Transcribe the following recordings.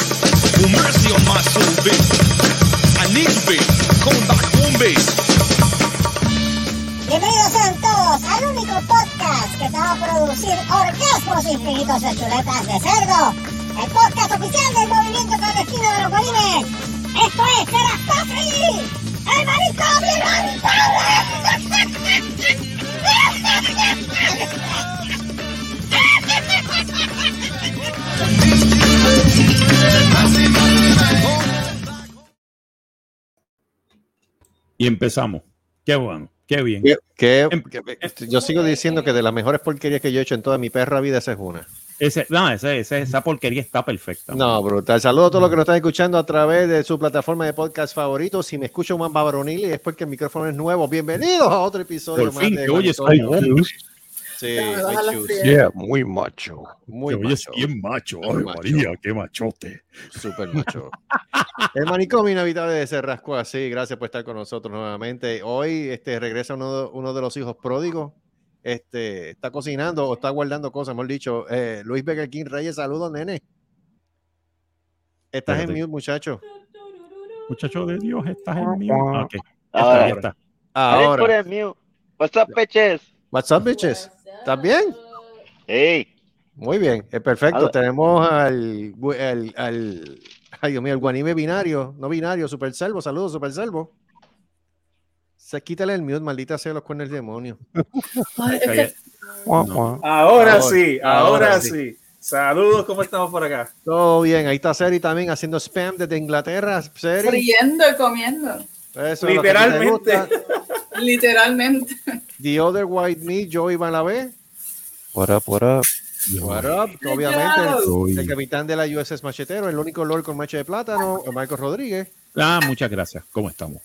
Well, mercy on my soul, bitch. I need you, bitch. Come back home, bitch. Bienvenidos sean todos al único podcast que te va a producir orgasmos infinitos de chuletas de cerdo. El podcast oficial del movimiento clandestino de los bolines. Esto es Teras Patri, el marico Y empezamos. Qué bueno, qué bien. Que- que- Em- que- yo sigo diciendo que de las mejores porquerías que yo he hecho en toda mi perra vida, esa es una. Ese, no, ese- ese- esa porquería está perfecta. No, brutal. Saludos a todos los que nos están escuchando a través de su plataforma de podcast favorito. Si me escucho más varonil es porque el micrófono es nuevo. Bienvenidos a otro episodio Por más fin, de que oyes Maricón. como hombre, Sí, Dame, baja I la choose. friega. Yeah, muy macho, Muy que oyes macho. bien macho. Muy Ay, macho. María, qué machote. Super macho. El manicomio inhabitable de Cerrascoa, sí, gracias por estar con nosotros nuevamente. Hoy este, regresa uno de, uno de los hijos pródigos. Este, está cocinando o está guardando cosas, hemos dicho. Eh, Luis Becker King Reyes, saludos, nene. Estás en Espérate. mute, muchacho. Muchacho de Dios, estás en mí. Ah, ok, ya está, ya Ahora, está. Ahora, ahora. What's up, bitches? what's up, bitches? ¿Estás bien? Hey, Muy bien, eh, perfecto. Ahora. Tenemos al, gu- al, al- ay Dios mío, el guanime binario, no binario, Super Salvo, saludos, Super Salvo. Se quítale el mute, maldita sea los cuernos del demonio. Ay, es Calla- que- Guau, No. guau. Ahora, Ahora, sí, ahora ahora, sí. sí. Saludos, ¿cómo estamos por acá? Todo bien, ahí está Seri también haciendo spam desde Inglaterra. Seri, Friendo y comiendo, eso es lo que a ti te Literalmente. gusta. literalmente. The Other White Me, Joey Malabé. What up, what up? What up? Obviamente, el capitán de la USS Machetero, el único LOL con macho de plátano, Marcos Rodríguez. Ah, muchas gracias. ¿Cómo estamos?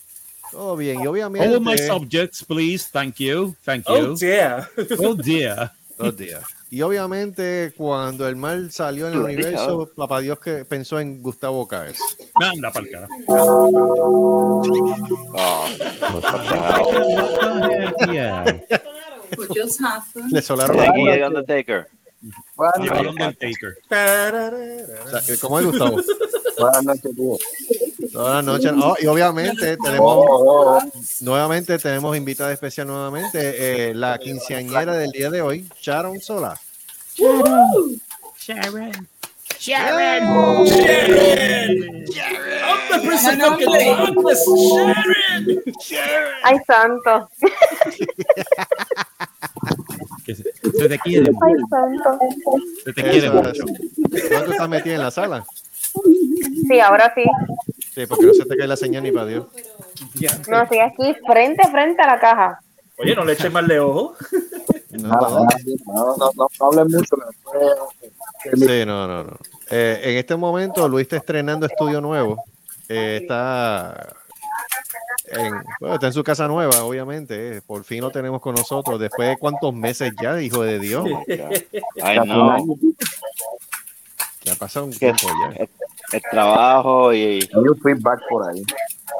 Todo bien, y obviamente. All my subjects, please. Thank you. Thank you. Oh, yeah. Oh, dear. Dos días. Y obviamente, cuando el mal salió en el Lo dije, universo, papá Dios que pensó en Gustavo Caes. Anda, pa'l carajo. Yeah. What just happened? Le solaron la aquí bola. el Undertaker. You're the Undertaker. Tararara. O sea, ¿Cómo es Gustavo? Buenas noches, tío. Todas las noches. Oh, y obviamente, tenemos nuevamente tenemos invitada especial nuevamente eh, la quinceañera del día de hoy, Sharon Sola. I'm the person No, no, fucking please. homeless. Sharon. Ay, santo. Que se, se te quiere, Ay, santo. se te quiere Eso, mucho. ¿Cuánto estás metida en la sala? Sí, ahora sí. Sí, porque no se te cae la señal ni para Dios. Ya. No, estoy aquí frente a frente a la caja. Oye, no le eches más de ojo. No, Ah, Ah, No, no, no, no, no, no hables mucho. después- Sí, no, no, no. Eh, en este momento Luis está estrenando estudio nuevo. Eh, está, en, bueno, está en su casa nueva, obviamente. eh. Por fin lo tenemos con nosotros. Después de cuántos meses ya, hijo de Dios. Ay, no. Ya pasa un ¿Qué? tiempo ya. El trabajo y. Hay un feedback por ahí.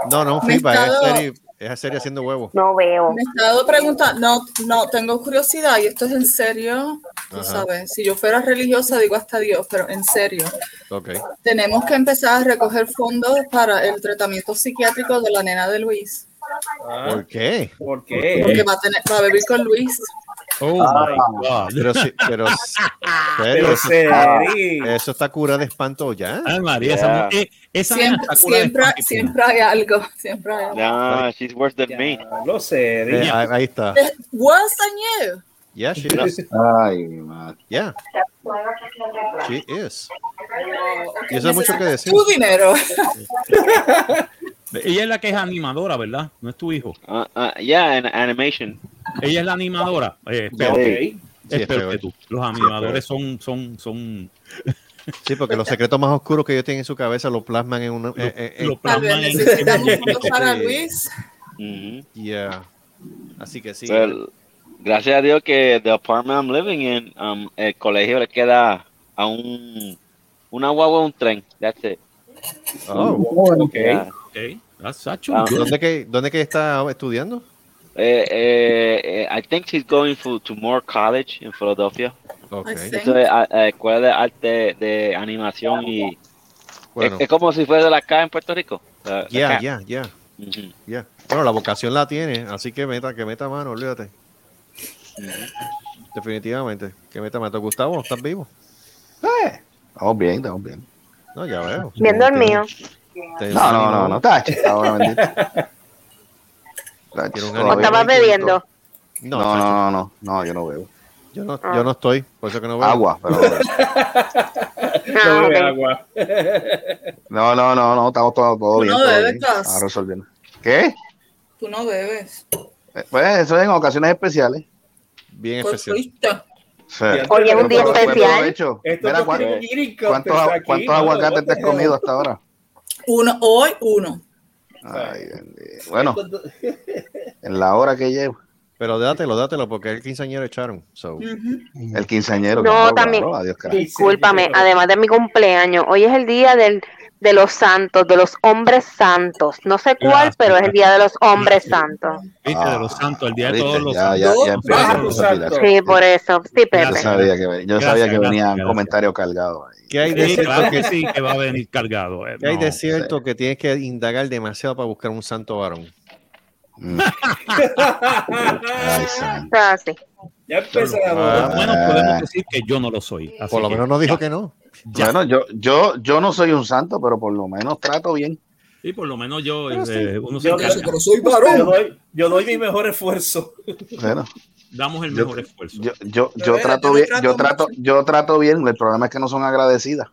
No, no, Me he Fipa, es estado- serie, es serie haciendo huevos. No veo. Me he estado preguntando, no, no, tengo curiosidad y esto es en serio, tú Ajá. sabes, si yo fuera religiosa digo hasta Dios, pero en serio, Ok. tenemos que empezar a recoger fondos para el tratamiento psiquiátrico de la nena de Luis, Ah, ¿Por qué? ¿Por qué? porque va a, tener, va a vivir con Luis. Oh, my Ah. God. Pero sí, pero, serio, Pero eso, Seri. eso está cura de espanto ya. Ay, Yeah. María, esa mujer. Esa nena Siempre, está cura de siempre, espanto. siempre hay algo, siempre hay algo. No, she's worse than me. Ya, Lo Eh, Seri. ahí, ahí está. Worse than you. Yeah, she is. Ay, madre. Yeah, she is. Y eso Necesitas es mucho que decir. Tu dinero. Ella es la que es animadora, ¿verdad? No es tu hijo. Uh, uh, yeah, an animation. Ella es la animadora. Eh, es peor, Pero- Ok. Sí, es es peor peor. que tú. Los animadores son, son, son. Sí, porque los secretos más oscuros que ellos tienen en su cabeza lo plasman en una. eh, eh, en- Lo Tal vez plasman en- necesitamos fondos para Sí. Luis. Mhm. Yeah. eh, Así que sí. Well, gracias a Dios que the apartment I'm living in, um, el colegio le queda a un. Una guagua, un tren. That's it. Oh. Ok. Yeah. Ok, that's actually Ah. good. ¿Dónde, que, ¿Dónde que está estudiando? Eh, eh, eh, I think she's going for, to Moore College in Philadelphia. Pues, eh, Ok. I think. Eso es a- a escuela de arte de animación y Bueno, Es, es como si fuera de la acá en Puerto Rico. La- la ya, acá. Mm-hmm. ya, ya, Ujú. ya. Bueno, la vocación la tiene, así que meta, que meta mano, olvídate. Mm. Definitivamente, que meta mano. Gustavo, estás vivo. Eh, Estamos bien, estamos bien. No, ya veo. Viendo el Te- mío. te- No, no, no, no. Tacho, está bueno, bendito. Tacho, Quiero un todavía ¿O estabas no hay bebiendo? No, No, no, chacho, no, no, no, yo no bebo. Yo, no, yo no estoy, por eso que no veo. Agua, pero no bebo. Ah, No bebe ok. agua. No, no, no, no, estamos todo, todo No bien. todo bebes, bien. Cas. Estamos resolviendo. ¿Qué? Tú no bebes. Eh, Pues eso es en ocasiones especiales. Bien Pues especial. Cortista. Sí. Hoy es un Pero día buen especial. provecho. Estos Mira, dos ¿cuánto- quieren ir con ¿Cuántos, pesar agu- aquí, cuántos ¿no? aguacates te has comido hasta ahora? Uno, hoy uno. Ay, bendito. bueno, en la hora que llevo. Pero dátelo, dátelo, porque el quinceañero echaron. So. Mm. Ujú. El quinceañero. No, que bárbaro, también. Adiós, carajo. Discúlpame, además de mi cumpleaños, hoy es el día del, de los santos, de los hombres santos. No sé cuál, Gracias. pero es el día de los hombres santos. Viste, de los santos, el día de ¿Viste? todos los ya, santos. ya, santos. ya empezó Baja tu a tirar. santo. Sí, por eso. Sí, Yo Pepe. sabía que, ven- yo Gracias, sabía que gracias, venían gracias. comentarios eh. cargados. ahí. ¿Qué hay de Sí, cierto claro que, que sí, que va a venir cargado. eh, qué hay no. de cierto que tienes que indagar demasiado para buscar un santo varón? Mm. Ay, santo. Ah, sí. Ya empezamos. Ah. Bueno, podemos decir que yo no lo soy. así Por lo que menos no dijo que no. ya. Bueno, yo, yo, yo no soy un santo, pero por lo menos trato bien. Sí, por lo menos yo, eh, uno se Yo- encarga. Pero soy Yo varón. doy, yo doy mi mejor esfuerzo. Bueno, damos el Yo- mejor esfuerzo. yo, yo, De yo veras, trato yo no bien, trato yo trato, mucho. yo trato bien. El problema es que no son agradecidas.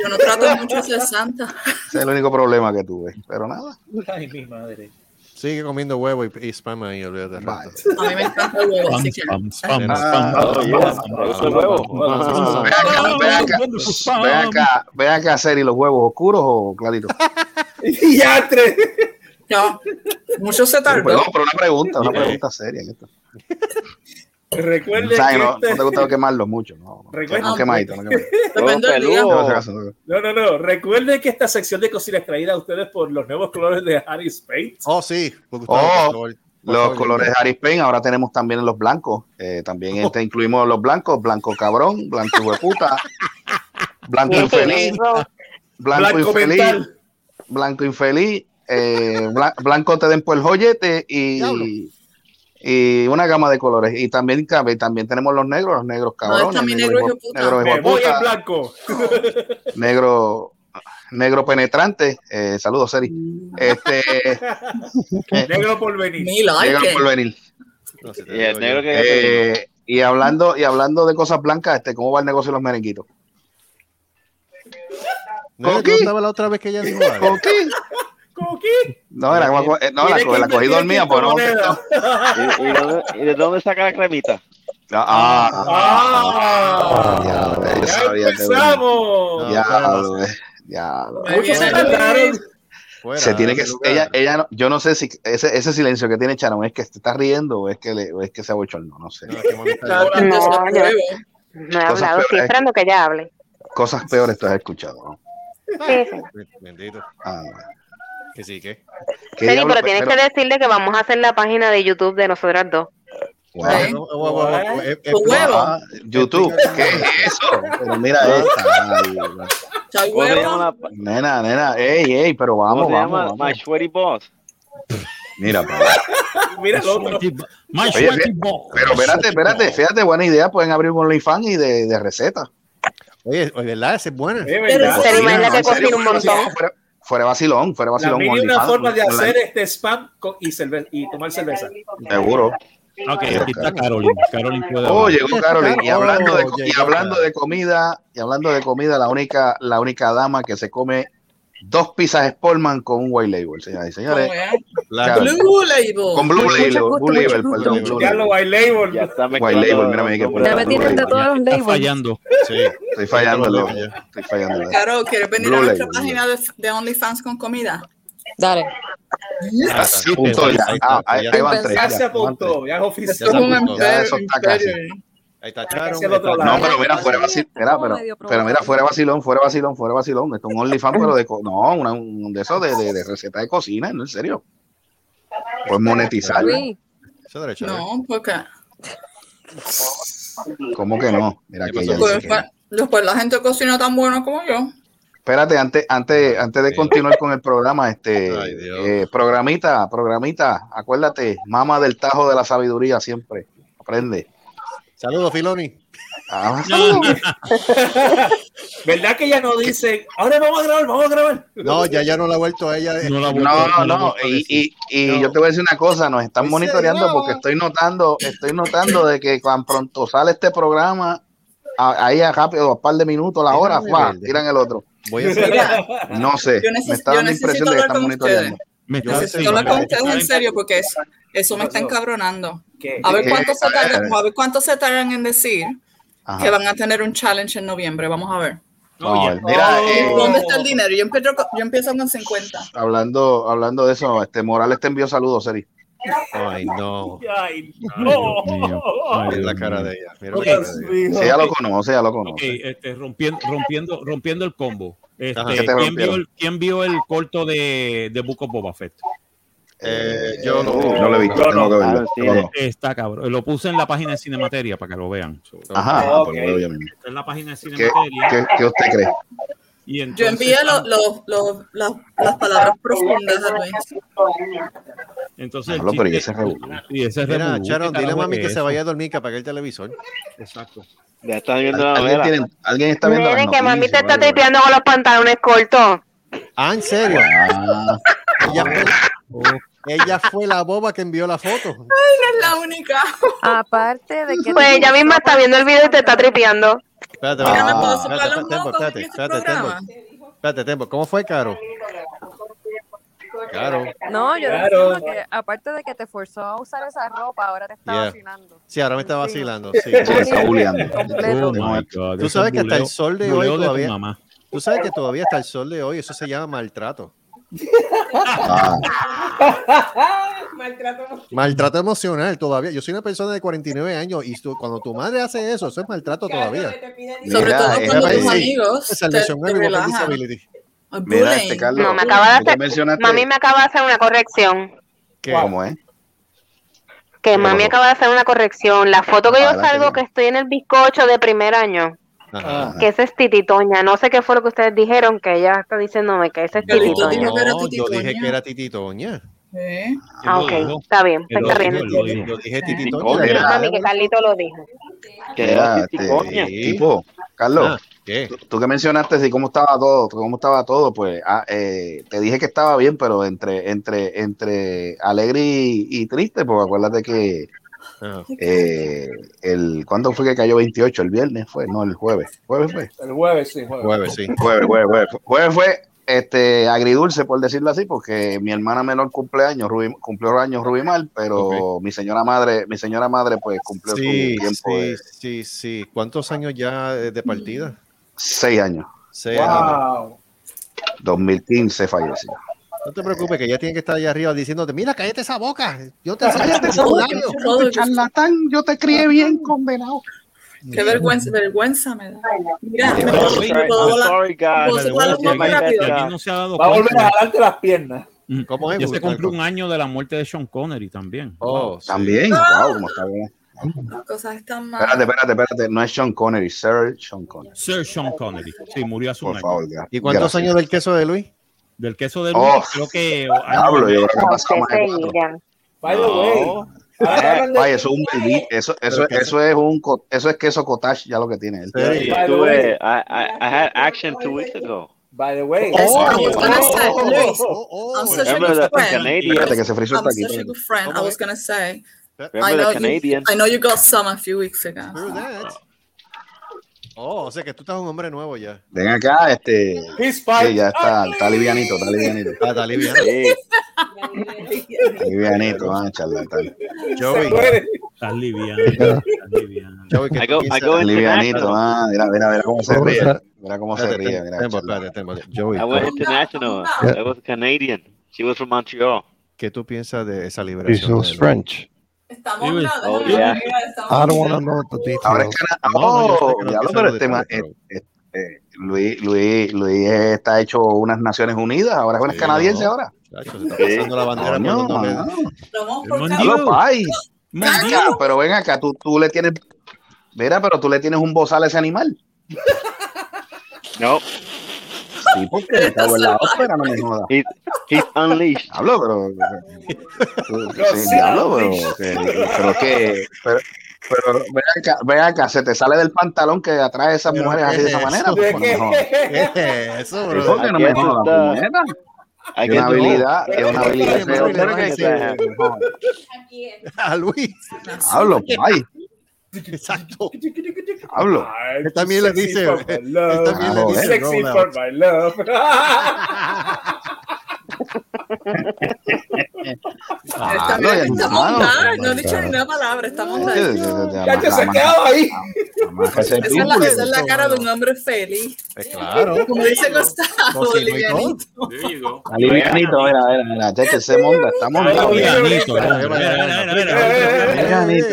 Yo no trato mucho de ser santa. Ese es el único problema que tuve. Pero nada. Ay, mi madre. Sigue comiendo huevo y, y spam ahí, olvídate. del Vale. resto. A mí me encanta el huevo, así que. Spam, spam, spam, Ah, spam, oye, spam, Pero eso es spam, nuevo. spam. Ah, ven acá, ven acá. Ve acá, ve acá, Seri, los huevos oscuros o claritos. ah. Y ya tres. No. Mucho se No, tardó. pero una pregunta, una Sí. pregunta seria. en esto. Recuerden ¿Sabes? que No, no este- te gusta quemarlos mucho. No, no, Recuerda- no quemadito, no quemadito. Depende del día. No, si acaso, no. No, no, no. Recuerden que esta sección de cocina es traída a ustedes por los nuevos colores de Harry Spade. Oh, sí. por Gustavo, Oh, por favor. Por Los favor, colores de Harry Spain, ahora tenemos también los blancos. Eh, también este, incluimos los blancos, blanco cabrón, blanco hueputa, blanco Bien, infeliz, eso. blanco, infeliz, mental. blanco infeliz, eh, bla- blanco te den por el joyete Diablo. y, y una gama de colores. Y también, cabe- también tenemos los negros, los negros cabrones, está mi negros hijo- negro hijueputa. negros Me voy hijueputa, en blanco. negro, negro penetrante. Eh, saludos, Seri. Este, Negro por venir. Me like negro it. por venir. No, si te Y el digo negro yo. que. Eh, y hablando y hablando de cosas blancas, este, ¿cómo va el negocio de los merenguitos? No, ¿Con ¿no qué? estaba la otra vez que ella dijo algo? ¿Con qué? Coqui. No, era, como- eh, no, la, Tiene co- que la cogí invertir dormida, en pues no. criptomonedas. ¿Y, y dónde- y de dónde saca la cremita? Ah, ah, ¡Ah! ah, diablo, yo ¡Ya sabía que- empezamos! diablo, eh, diablo. Ahí Muchos viene se el- tardaron. Fuera, Se tiene que, dale lugar. ella, ella no- yo no sé si ese, ese silencio que tiene Charon es que se está riendo o es que, le, o es que se abochornó, no sé. No, qué molestia. Claro. Volando No, sobre yo- huevo. No Cosas he hablado, estoy peores. eh. esperando que ella hable. Cosas peores tú has escuchado. ¿no? Sí, sí. Bendito. Ah, bueno. Que sí, que. ¿Qué Feli, diablo? pero tienes que Pero- decirle que vamos a hacer la página de YouTube de nosotras dos. Wow. ¿Eh? No, oh, oh, oh, oh, eh, eh, Con huevo. Ah, YouTube, ¿qué es eso? Pero mira esta. ay, Dios. Chao, ¿Cómo se llama huevo. la- Nena, nena, ey, ey, pero cómo vamos, se vamos, llama? vamos. My Sweaty Boss. Mira, pero, ah, Mira el otro. My Oye, sweaty ball. pero espérate, espérate, fíjate, buena idea, pueden abrir un OnlyFans y de, de recetas. Oye, oye, ¿verdad? Esa es buena. Es verdad. Pero imagina que Ah, en serio, cocina un fuera vacilón, montón. Fuera, fuera vacilón, fuera La vacilón. mínima OnlyFans, forma de online. hacer este spam con- y, cerve- y tomar cerveza. Seguro. Ok, aquí está Carolyn. Carolyn puede hablar. Oh, llegó Carolyn. Y hablando, de, Oh, y llegó hablando Carolyn. de comida, y hablando de comida, la única, la única dama que se come dos pizzas Spolman con un white label, señoras y señores. Claro. Claro. Blue Label. Con Blue Muchas Label, Blue cosas, muchas Label, cosas. perdón, Blue Ya lo Label. by label. Ya está White label, mírame ahí que mezclando- Ya me tienen de todos los Está fallando. Sí. Estoy fallando, loco. estoy fallando. Claro, ¿quieres venir Blue a nuestra Label, página de, de OnlyFans con comida? Dale. Ah, Sí, punto ya. Ah, ahí, ahí van tres. Sin ya, Ya se van tres. apuntó. Ya Ya es se oficial. apuntó. Ya eso está casi. Ahí está Hacia Charon. el otro está- No, lado. pero mira, fuera vacilón. Mira, pero, pero mira, fuera vacilón, fuera vacilón, fuera vacilón. Esto es un OnlyFans, pero de. co- No, una- un de esos de, de, de receta de cocina, ¿no? En serio. Pues monetizarlo. Luis, Eso es derecho, ¿eh? No, porque ¿Cómo que no? Mira ¿Qué que pasó? ella pues, dice que no. después la gente cocina tan bueno como yo. Espérate, antes, antes, antes de continuar con el programa, este Ay, Dios. eh, programita, programita, acuérdate, mama del tajo de la sabiduría siempre. Aprende. Saludos, Filoni. Ah, ¿Verdad que ya no dicen, ahora vamos a grabar, vamos a grabar? No, ya, ya no la ha vuelto a ella. No la voy a- No, la no, voy a y, decir. y, y No. yo te voy a decir una cosa, nos están Hoy se monitoreando graba. porque estoy notando, estoy notando de que cuando pronto sale este programa, a- ahí a rápido, a par de minutos, la hora, Déjame ¡fua! ver, tiran el otro. Voy a hacer. Mira, No sé, Yo neces- me está yo dando la necesito impresión de que hablar están con monitoreando. Me está necesito hablar con ustedes en serio porque es- eso me está encabronando. ¿Qué? A ver Eh, cuánto se a ver. tardan, a ver cuánto se tardan en decir Ajá. que van a tener un challenge en noviembre. Vamos a ver. No, Oye, mira, Oh. no. eh, ¿Dónde está el dinero? Yo empiezo con, yo empiezo con 50. Hablando, hablando de eso, este Morales te envió saludos, Seri. Ay, no. Ay, Ay, no. Dios mío. Ay, Mira la Dios cara mío. de ella. Mira la Ok, cara de ella. sí, Sí, ya lo ok. conoce, ya lo Ok, conoce. este, rompiendo, rompiendo, rompiendo el combo. Este, Ajá. ¿Qué te ¿quién, vio rompieron? el, quién vio el corto de, de Book of Boba Fett? Eh, yo no. Uh, no lo he visto, Yo tengo no. que verlo. Ah, sí, Yo no. de- Está cabrón. Lo puse en la página de Cinemateria para que lo vean. So, Ajá, Ok. pues lo veo yo mismo. Está en la página de ¿Qué, Cinemateria. qué- qué usted cree? Y entonces, Yo envié lo- lo- lo- las, las palabras profundas a Luis. Entonces, el Hablo, pero y chiste- ese revolú. y ese Mira, revolú, Sharon, ¿qué dile a carajo mami es que se eso? vaya a dormir que apague el televisor. Exacto. Ya estás viendo la ¿Alguien, novela. tiene- alguien está viendo las Nene, que mami te noticias, está vale, vale. tripeando con los pantalones cortos. Ah, en serio. Ah, Ella fue, ella fue la boba que envió la foto. Esa es la única. Aparte de que. Pues ella misma está viendo el video y te está tripeando. Espérate, Mira, Mira, Ah, me puedo espérate, soplar los espérate, mocos espérate, en este espérate, programa. espérate, Tempo. ¿Cómo fue, Caro? Caro. No, yo Claro. decía que aparte de que te forzó a usar esa ropa, ahora te está Yeah. vacinando. Sí, ahora me está vacilando. Sí. sí, está bulleando. Completo. Oh, my God, Tú eso sabes es que hasta el buleo- sol de buleo hoy tu todavía- mamá. Tú sabes que todavía hasta el sol de hoy eso se llama maltrato. ah, Maltrato emocional todavía. Yo soy una persona de 49 años y tú- cuando tu madre hace eso, eso es maltrato todavía. Sobre mira, todo eh, cuando eh, tus sí. amigos Esa te, lesión te grave por relajan. disability. Ay, mira, bullying. este Carlos. No, me acaba de tú hacer- mencionaste- Mami me acaba de hacer una corrección. ¿Qué? ¿Cómo es? Que mami loco. acaba de hacer una corrección. La foto que yo Adelante, salgo ya. que estoy en el bizcocho de primer año, Ah. Ajá. que esa es tititoña. No sé qué fue lo que ustedes dijeron, que ella está diciéndome que esa es Pero tú No, dijo tititoña. que era yo tititoña. dije que era tititoña. Sí. Ah, Él lo ok, dijo, está bien, se él lo está dijo, riendo. él lo dijo. Yo dije Yo tititoña. dije, Mira. mami, que Carlito lo dijo. Que Mira, era este, coña. Sí. tipo, Carlos, Ah, ¿Qué? tú, tú que mencionaste si cómo estaba todo, cómo estaba todo, pues ah, eh, te dije que estaba bien, pero entre, entre, entre alegre y, y triste, porque acuérdate que Ajá. eh, el, ¿cuándo fue que cayó 28? El viernes fue, no, el jueves, jueves fue. El jueves, sí, jueves. Jueves, sí. Jueves, jueves, jueves. Jueves fue este, agridulce, por decirlo así, porque mi hermana menor cumpleaños, Rubi, cumplió años Rubimar, pero mi señora madre, mi señora madre, pues cumplió Sí, su tiempo sí, de sí, sí. ¿Cuántos años ya eh, de partida? seis años. Seis años. Wow. 2015 falleció. No te preocupes, que ya tienen que estar allá arriba diciéndote, mira, cállate esa boca. Yo te cállate esos labios. Todo- Charlatán, yo te crié bien, condenado. Qué vergüenza, vergüenza me da. Mira, me puedo, Sorry, me puedo I'm volar. sorry, guys. Puedo soplar los Y mocos aquí- y rápido. aquí no se ha dado Va a volver a cuenta. jalarte las piernas. ¿Cómo es? Ya se cumplió un año de la muerte de Sean Connery también. Oh, sí. También, wow, como está bien. Las cosas están Espérate, mal. espérate, espérate. No es Sean Connery, Sir Sean Connery. Sir Sean Connery. Sí, murió hace un Por año. favor, gra- ¿Y cuántos gracias. años del queso de Luis? Del queso de Oh, Luna, creo que. Diablo, yo creo que ha A pasado usted más de se cuatro. miran. By the way. Ahora que hablan de- Ay, Ah, eso es un bibí, eso, eso, Pero eso es un co- eso es queso cottage, ya lo que tiene él. Sí. Yo tuve- I, I, I had action two weeks ago. By the way. That's what I was gonna Oh. say, Luis. I'm such a Remember that good the friend. Espérate Canadian? que se frizó I'm hasta aquí. such a good friend. I was gonna say. I Remember know the you. Canadian? I know you got some a few weeks ago. Screw that. Oh, o sea que tú estás un hombre nuevo ya. Ven acá, este. He's fine. Sí, ya está, está livianito, está livianito. Ah, está liviano. Sí. Está livianito, ah, charlatán. Joey, Estás liviano. Estás liviano. Joey, que I go- tú piensas- I go- Livianito, ah, mira, mira, mira cómo se ríe. Mira cómo se Espérate, ríe, mira. Tempo, charlatán. espérate, Tempo. Joey, I went international. I was Canadian. She was from Montreal. ¿qué tú piensas de esa liberación? Jesus de- French. Estamos Luis. hablando, Oh, déjame yeah. hablar, estamos I don't want to hablando. know the Ahora es details. cana- No, no, yo sé que Oh, no diablo, piensa pero lo de este ma- Trump, eh, eh, Luis, Luis, Luis eh, está hecho unas Naciones Unidas, ahora es Sí, canadiense no. ahora. Chacho, se está pasando la bandera por Coño, los dobles. mano. Lo Hermano, vamos por cada- Diablo, Dios. pay. Mon Ven Dieu. acá, pero ven acá, tú, tú le tienes. Mira, pero tú le tienes un bozal a ese animal. No. Sí, porque me cago en la ópera, no me jodas. He's unleashed. Hablo, pero. sí, diablo, pero. que- Pero que. Pero, pero ven, acá, ven acá, se te sale del pantalón que atrae a esas mujeres así de esa manera. Pues, no me jodas. eso, Sí, porque no me jodas, pues, nena. I Es get una the- habilidad, es una habilidad. Pero, pero, pero, que pero, se- A Luis. Hablo, ay. Exacto. Hablo. Él también le dice. Él también le Carajo, dice. eh. Sexy no, for my love. Está, mira, que está montada, no he dicho ni una palabra, está montada. Cacho, se ha quedado ahí. Esa es, la, esa es la cara de un hombre feliz. Claro. Como dice Gustavo, Cocino y livianito. Alivianito, mira, mira, mira, ya que se monta, está montado. Livianito, mira, mira, mira, mira, mira. Livianito.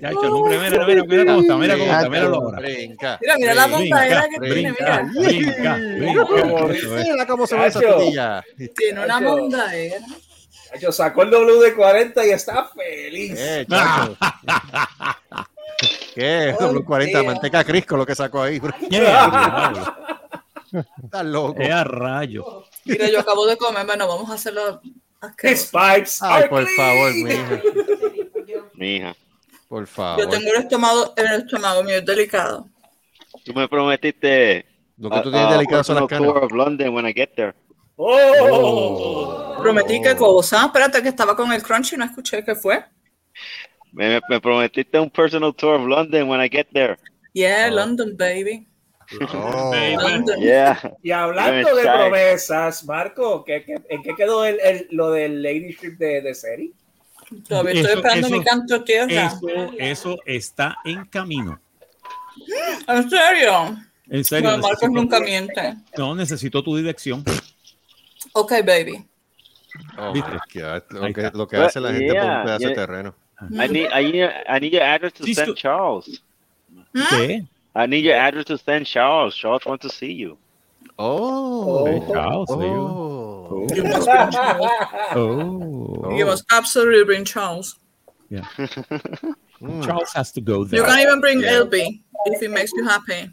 Ya, hecho, el hombre, mira, mira, mira cómo está, mira cómo está, míralo ahora. Brinca. Mira, mira la montadera que tiene, Brinca, mira. brinca, brinca. Mira cómo se ve esa Cacho. tetilla. Tiene una montadera. Cacho, sacó el W de 40 y está feliz. Eh, chacho. ¿Qué? Oh, Doble 40, tía. manteca crisco lo que sacó ahí. bro. Estás loco. Oh. Es a rayo. Mira, yo acabo de comer, bueno, vamos a hacerlo. Ah, His pipes Ay, are por clean. favor, mija. Mija, Por Ah, favor. Yo tengo el estómago, el estómago mío es delicado. tú me prometiste. uh, Lo que tú tienes delicado son las canas. tour of London when I get there. ah, Oh. Prometí que cosa. Espérate, que estaba con el crunchy, no escuché qué fue. Me, me prometiste un personal tour of London when I get there. Ah. Yeah, London, baby. Oh. London. Yeah. Y hablando de Nice. promesas, Marco, ¿qué, qué, en qué quedó el, el- lo del Lady Trip de, de Seri? Todavía estoy Eso- esperando eso- mi canto de tierra. Eso, eso está en camino. ¿En serio? En serio. Bueno, Marcos necesito- nunca miente. No, necesito tu dirección. Ok, baby. Oh, ¿Viste? my God. Ahí Lo que, está. lo que hace la gente por Yeah, un pedazo de yeah. terreno. I need, I need, I need your address to Listo. St. Charles. ¿Ah? ¿Mm? ¿Qué? I need your address to St. Charles. Charles wants to see you. Oh. Eh, chao, se digo. Oh. You must bring Charles. Oh. You must absolutely bring Charles. Mm. Charles has to go You there. can even bring LB if it makes you happy.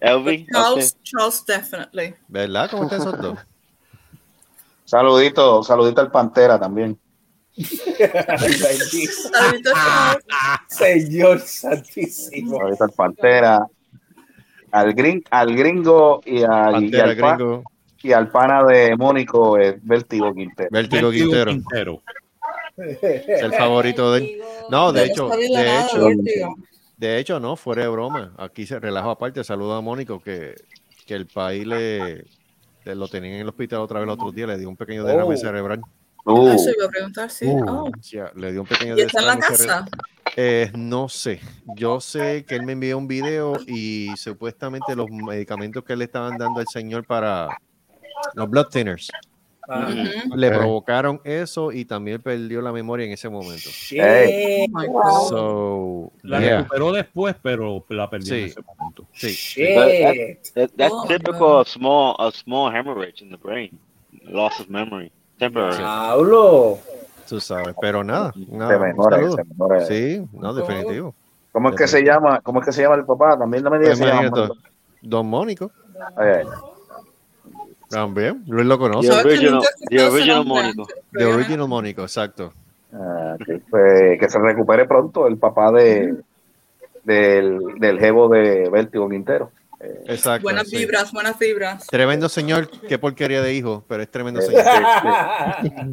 Elvi? Okay. Charles, Charles, definitely. ¿Verdad? ¿Cómo están esos dos? Saludito, saludito al Pantera también. Ay, bendito. Ah, Ahorita Charles. Señor Santísimo. Saludito al Pantera, al, grin- al gringo y al, y Pantera, al, pa- gringo. y al pana de Mónico, eh, Vértigo Quintero. Vértigo Quintero. Quintero. Es el favorito de él. No, de Yo no hecho, sabía de nada, hecho, Vértigo. de hecho, no, fuera de broma. Aquí se relajo aparte. Saludo a Mónico que, que el país le, le lo tenían en el hospital otra vez el otro día. Le dio un pequeño derrame Oh. cerebral. Uh, Ah, Eso iba a preguntar, sí. Uh, Oh. O sea, le dio un pequeño ¿Y está en la derrame cerebral. casa? Eh, no sé. Yo sé que él me envió un video y supuestamente los medicamentos que le estaban dando al señor para los blood thinners Ah, Ujú. le Ok. provocaron eso y también perdió la memoria en ese momento. shit. Oh my God. So, La yeah, recuperó después, pero la perdió en Sí. ese momento. sí. Shit. That, that's Oh, typical of small a small hemorrhage in the brain, loss of memory, temporary. Pablo. Tú sabes, pero nada. nada se un mejora, saludo. se mejora. Sí, no, definitivo. ¿Cómo es que se llama? ¿Cómo es que se llama el papá? También no me digas Pues que se llama. imagínate, Don Mónico Eh, también, Luis lo conoce. ¿Sabes que original- nunca he escuchado the ese original nombre Mónico. antes? The Original Mónico, exacto. ah, que, pues, que se recupere pronto el papá de del, del jevo de Vértigo Quintero. Eh, Exacto. Buenas sí. vibras, buenas vibras. Tremendo señor, qué porquería de hijo, pero es tremendo Eh, señor.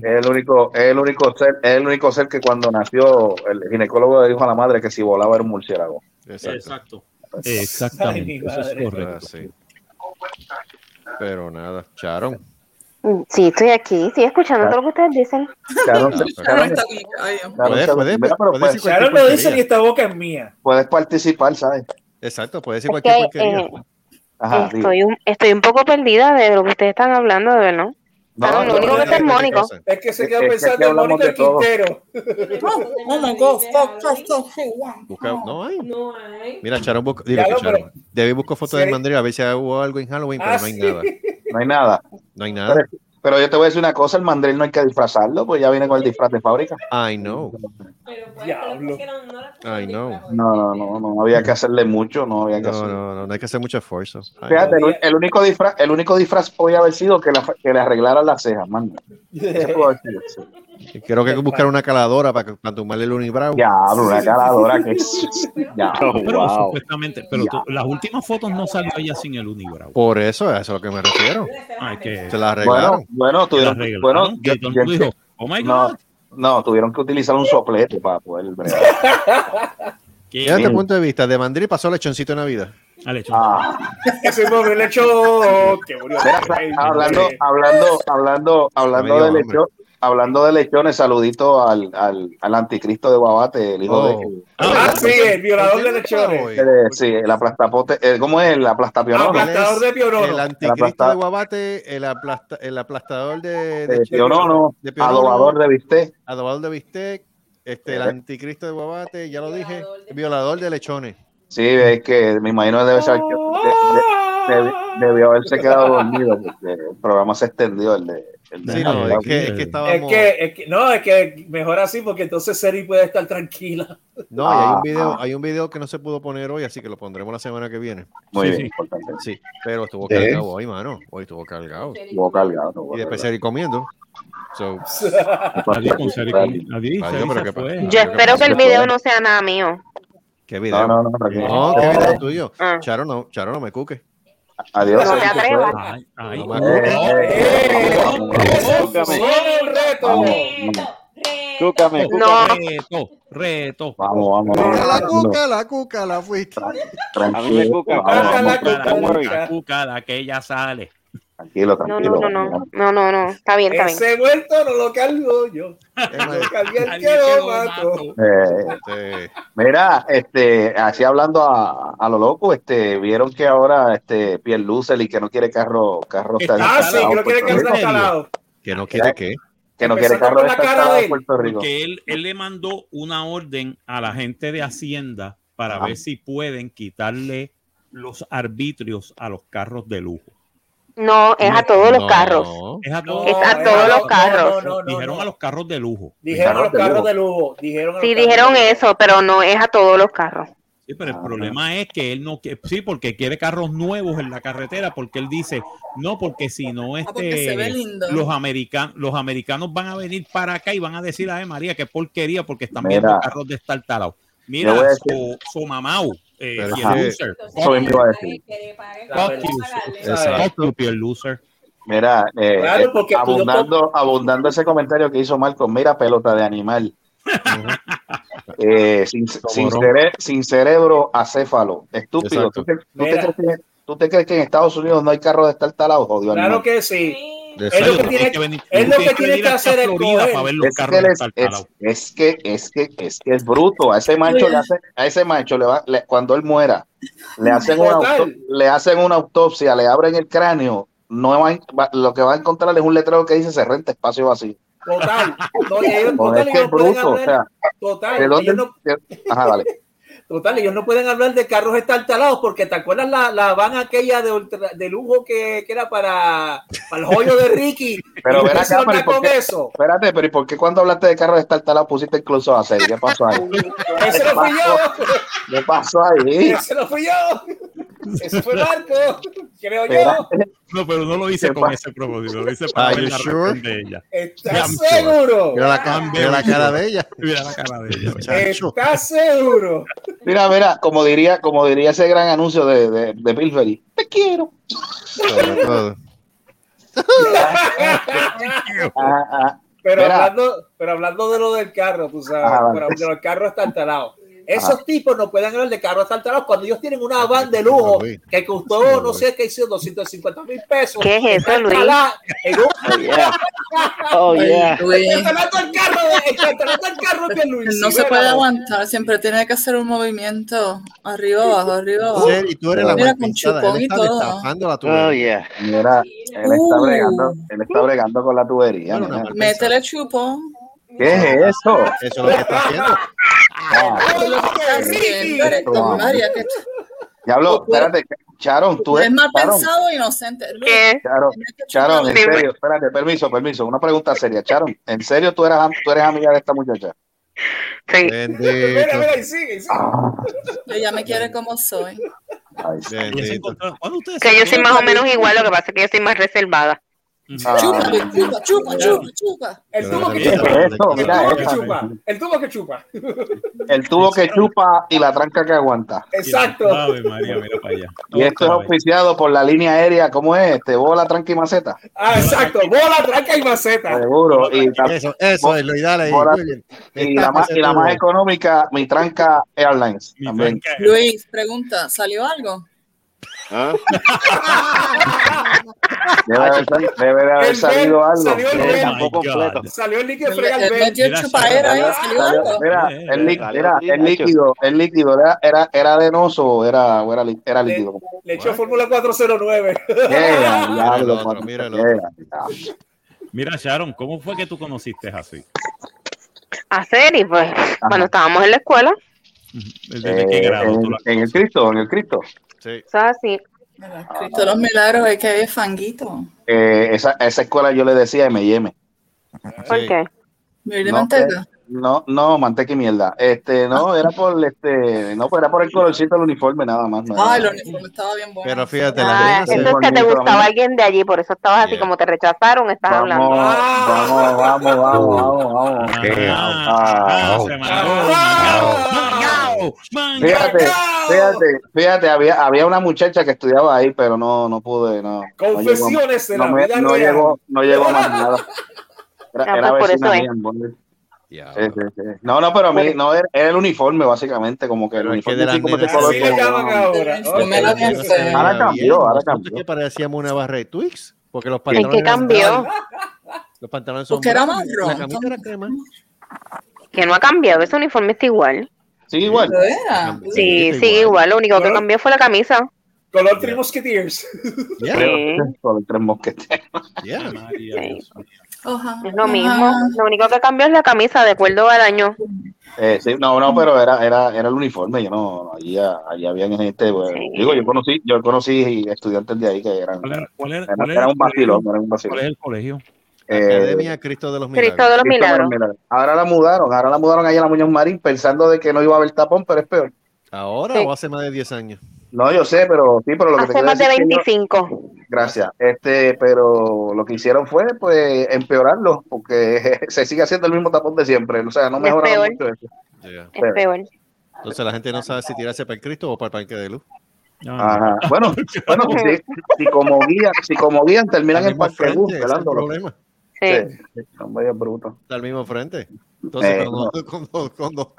Es el único, es el único ser, es el único ser que cuando nació el ginecólogo le dijo a la madre que si volaba era un murciélago. Exacto. Exactamente. Ay, mi eso es madre. Ah, correcto. sí. Pero nada, Charon. Mm, Sí, estoy aquí, estoy escuchando todo lo que ustedes dicen. Charon, Ah, Ahora Charon, está como que, ay, Dios. Claro, Puedes, Charon, puedes, mira, pero puedes pues- decir Sharon cualquier lo dice y porquería. esta boca es mía. puedes participar, ¿sabes? Exacto, puedes decir Es cualquier que, porquería. eh, Ajá, sí. estoy, un, estoy un poco perdida de lo que ustedes están hablando, de verdad. No, Claro, lo no, único que no, está es no, no, Mónico. Cosa. Es que se Es queda que aquí pensando en hablamos Mónico de el todo. Quintero. Oh, oh my God, fuck, fuck, fuck, fuck, wow. Busca- no hay. No hay. Mira, Charon buscó, digo Ya que lo, Charon, Debbie buscó fotos Sí. del mandril a ver si hubo algo en Halloween, pero Ah, no hay sí. nada. no hay nada. No hay Pero, nada. Pero yo te voy a decir una cosa, el mandril no hay que disfrazarlo, pues ya viene con el disfraz de fábrica. I know. Diablo. I know. No, no, no, no había que hacerle mucho, no había No, que hacer- no, no, no hay que hacer mucho esfuerzo. I Fíjate, know. el, el único disfraz, el único disfraz podía haber sido que, la- que le arreglaran las cejas, man. Eso pudo haber sido, sí. Creo que hay que buscar una caladora para, para tumbarle el unibrow. Diablo, una caladora que Diablo, pero Oh, wow. supuestamente, pero tú- las últimas fotos no salió ella sin el unibrow. Por eso, a eso es a lo que me refiero. Ay, que- Oh. Se la Bueno, arreglaron. bueno, Se la tuvieron, arreglaron, bueno, que yo- todo el yo mundo dijo, entiendo. "Oh my no, God". no, tuvieron que utilizar un soplete para poder bregar. que- Desde este punto de vista, de Mandril pasó el lechoncito de Navidad. Al hecho. Ah, Ah, Ese pobre lecho que murió. Mira, Ah, hablando, Eh, hablando, hablando, hablando Medio de hambre. lechón, hablando de lechones, saludito al, al, al anticristo de Babate, el hijo Oh. de Ah, sí, el violador de lechones. que le- sí, el aplastapote, eh, ¿cómo es? El ah, aplastapionono. Aplasta- Aplastador Ah, de Pionono. El El anticristo aplasta- de Guabate, el, aplasta, el aplastador de, Eh, de pionono, de pionono, adobador de bistec. adobador de bistec, este, el Eh. anticristo de Guabate, ya lo dije, el violador de lechones. Sí, es que me imagino debe ser que de- de- de- debió haberse quedado dormido porque el programa se extendió el de, el de Sí, no, Navidad. es que, es que Es estábamos... que, es que- no, es que mejor así porque entonces Seri puede estar tranquila. No, y hay un, Ah, video, ah. hay un video que no se pudo poner hoy, así que lo pondremos la semana que viene. Muy Sí, bien, sí. importante. Sí, pero estuvo ¿Sí? cargado hoy, mano. Hoy estuvo cargado. Estuvo cargado, estuvo Y después cargado. seguir comiendo. So, Adiós con Seri, con- adiós, Seri Adiós, Ah. pero se qué pa- fue. Yo espero que el video no sea nada mío. ¿Qué video? No, no, no, tranquilo. No, ¿qué video tuyo? Ah. Charo, no, Charo, no me cuque. Adiós. No te Sergio. atrevas. Ay, ay. No me Eh, cuque. eh, Son un reto. Vamos, Chúcame. No. Reto, reto. vamos, vamos, La vamos. cuca, la cuca, la fuiste. A mí me Tranquilo, cuca. vamos, Baja vamos, la Cuca, cuca. Don't worry. la cuca, la que ella sale. tranquilo, No, tranquilo. no, no, no. No, no, no. Está bien, está bien. Ese muerto no lo cargo yo. Lo cargué el que Alguien que lo Ah, lo mato. mato. Eh, Este, mira, este, así hablando a, a lo loco, este, vieron que ahora este Pierre y que no quiere carro, carro Está Ah, sí, destartalado que no en quiere Puerto que Rico. sea instalado. que no quiere que. que no quiere Empezando carro por la cara destartalado de en él. Puerto Rico. Porque él, él le mandó una orden a la gente de Hacienda para Ajá. ver si pueden quitarle los arbitrios a los carros de lujo. No, es a todos los No. carros. Es a No, todos- Está era- todos los no, carros. no, no, no, Dijeron no. a los carros de lujo. Dijeron a los Carros de carros lujo. de lujo. Dijeron a los Sí, carros dijeron de lujo. eso, pero no es a todos los carros. Sí, pero el Ah. problema es que él no quiere, sí, porque quiere carros nuevos en la carretera, porque él dice, no, porque si Ah, no, este, porque se ve lindo. los, americanos, los americanos van a venir para acá y van a decir, ay María, qué porquería, porque están Mira. viendo carros de estar talados. Mira, Yo voy a su, su mamau, eh, Pero Pierre ajá. Loser. Eso mismo iba a decir. La Fuck you. verdad. Fuck you, Pierre Loser. Mira, eh, Claro, eh, porque tú no abundando, abundando ese comentario que hizo Marcos, mira, pelota de animal. Eh, sin, sin, Cabrón. cere- sin cerebro, acéfalo. Estúpido. Exacto. ¿Tú te, tú te Mira. crees que, tú te crees que en Estados Unidos no hay carro de estar talado? Jodido Claro animal. que sí. de Es lo serio. que Tú tiene- tienes venir- es tú lo tienes que tiene venir que hasta hacer el Florida coger. para ver los Es que, carros él de es, estar es- talados. es que es que es que es bruto. A ese macho le hace- a ese macho le va, le- cuando él muera, le hacen una Total. auto- le hacen una autopsia, le abren el cráneo. No va, va- lo que va a encontrar es un letrero que dice se renta espacio vacío. Total. No, y ellos, total, ellos O es que es no pueden este bruto. O hablar. sea, Total, ¿de dónde? ellos no, de- ajá, dale. total, ellos no pueden hablar de carros estartalados porque te acuerdas la, la van aquella de, ultra- de lujo que, que era para, para el joyo de Ricky. Pero Y ven no acá, hicieron pero ¿y nada por con qué? eso. Espérate, pero ¿y por qué cuando hablaste de carro de estar talado pusiste incluso a hacer? ¿Qué pasó ahí? Ese no fui yo. ¿Qué pasó ahí? Ese no fui yo. Ese fue Marco. Creo yo. Espérate. No, pero no lo hice ¿Qué con pa- ese propósito, lo hice para Are ver you la sure? reacción de ella. ¿Estás Damn sure. seguro? Mira la, ca- mira la cara de ella. Mira la cara de ella. Chacho. ¿Estás seguro? Mira, mira, como diría, como diría ese gran anuncio de, de, de Pillsbury, te quiero. Sobre todo. Ajá, ajá. Pero Mira. hablando, pero hablando de lo del carro, tú sabes, Ajá, vale. pero de los carros estartalados. Esos Ajá. tipos no pueden hablar de carros estartalados cuando ellos tienen una van de lujo Luis. que costó, no sé qué hicieron, 250 mil pesos. ¿Qué es eso, Está Luis? estartalada en un- Oh, yeah. Oh, yeah. Luis, Está estartalado el carro de- está estartalado el carro de Luis. Pues, No se puede aguantar, siempre tiene que hacer un movimiento arriba, abajo, arriba, abajo. Ser, y tú eres la Mira, más con pinchada. chupón Él y está todo. destapando la tuya. Oh, yeah. Mira, él está Uh. bregando, él está bregando con la tubería. Bueno, una nena. Métele chupón. ¿Qué es eso? Eso es lo que está haciendo. Ah, Eso es lo que está haciendo, eres como María, que- diablo, espérate, Charon, tú es mal Charon, pensado e inocente. Luis, Charon, Charon, en Sí, serio, bueno. espérate, permiso, permiso. Una pregunta seria, Charon. ¿En serio tú eres, am- tú eres amiga de esta muchacha? Eh, Sí. Bendito. y sigue, y sigue. Ella me quiere como soy. Ay, sí. Que yo soy más o menos igual, lo que pasa es que yo soy más reservada. Ah. Chupa, chupa, chupa, chupa, chupa. El tubo que ¿Qué es chupa. eso? El Mira tubo que esa. chupa. El tubo que chupa. El tubo que chupa y la tranca que aguanta. Exacto. Ave María, mira para allá. Y esto es auspiciado por la línea aérea, ¿cómo es? Este, bola, tranca y maceta. Ah, exacto. Bola, tranca y maceta. Seguro. Y tam- Eso, eso es lo ideal ahí. Bola- Muy bien. y la, más, y la más económica, mi tranca Airlines. También. Luis, pregunta, ¿salió algo? Debe Ah, haber, sal- debe de haber El salido Ben, algo. salió el Sí, Ben. tampoco Oh my God. completo. Salió el líquido Él frega él el metió el Mira, chupadera ahí, salió algo. Mira, Eh, el, lí- salió mira, así, el Nacho. líquido, el líquido era, era, era venoso o era, o era, lí- era Le, líquido. le echó Fórmula 409. Era, Mira el diablo, otro, mano, mira el era, otro. diablo. Mira, Sharon, ¿cómo fue que tú conociste a Jacy? Hacer y pues, cuando estábamos en la escuela, ¿Desde Eh, qué grado tú en, la en el Cristo, en el Cristo. Sí. eso es así. Cristo de los milagros es que había fanguito. Eh, esa, a esa escuela yo le decía M&M. ¿Por Sí. qué? Miel de No, manteca. eh, No, no, manteca y mierda. Este, no, era por este, no, pues era por el colorcito del uniforme nada más. no era- Ay, el uniforme estaba bien bueno. Pero fíjate, Ah, la eso se es ve que te bonito, gustaba ¿no? alguien de allí, por eso estabas así Yeah. como te rechazaron, estás Vamos, hablando. vamos, vamos, vamos, vamos. Ah, oh. se Ah. mangó, mangao, mangao, Fíjate, mangao. fíjate, fíjate, había, había una muchacha que estudiaba ahí, pero no, no pude, no. Confesiones de no, la me- vida no real. llegó, no llegó a más nada. Era, Ah, era pues por vecina eso es. Pues- mía, en Boulder. Sí, diablo. sí, sí. No, no, pero a mí, no, era, era el uniforme, básicamente, como que el Pero es que uniforme de las así como ese nenas- color Así le como- llaman ahora. Yo me la Pero vi eso se veía Ahora bien. cambió, ahora Nosotros cambió. que parecíamos una barra de Twix, porque los ¿En pantalones. qué eran cambió? blancos, Los pantalones son Porque era blancos, marrón. La camisa era crema. Que no ha cambiado, ese uniforme está igual. Sí, igual. Lo era. Sí, está sigue igual, lo único que Claro. cambió fue la camisa. Color Three Musketeers. Yeah, Sí, Con tres mosqueteros. yeah. María, Sí. Dios mío. Ojalá. es lo mismo. Lo único que cambió es la camisa, de acuerdo al año. Eh, sí, no, no, pero era, era, era el uniforme, yo no, allí, allí había gente, pues, Sí. digo, yo conocí, yo conocí estudiantes de ahí que eran, ¿Cuál era- cuál era- eran- cuál era eran el un vacilón, colegio? eran un vacilón. ¿Cuál es el colegio? Eh, Academia Cristo de los Cristo Milagros. de los Milagros. Ahora la mudaron, ahora la mudaron allá a la Muñoz Marín pensando de que no iba a haber tapón, pero es peor. Ahora Sí. o hace más de 10 años. No, yo sé, pero sí, pero lo que te Hace quiero más de decir es que yo- 25. Gracias. Este, pero lo que hicieron fue pues empeorarlo, porque se sigue haciendo el mismo tapón de siempre. O sea, no Es mejoraron peor. mucho eso. Yeah. Es peor. Entonces la gente no sabe si tirarse para el Cristo o para el Parque de Luz. Ah, Ajá. Bueno, bueno, si, si como guía, si como guían Al terminan en mismo Parque frente, Luz, ese es el pelándolo. problema. Sí. Sí, son medios brutos. Está al mismo frente. Entonces, Eh, cuando, cuando- cuando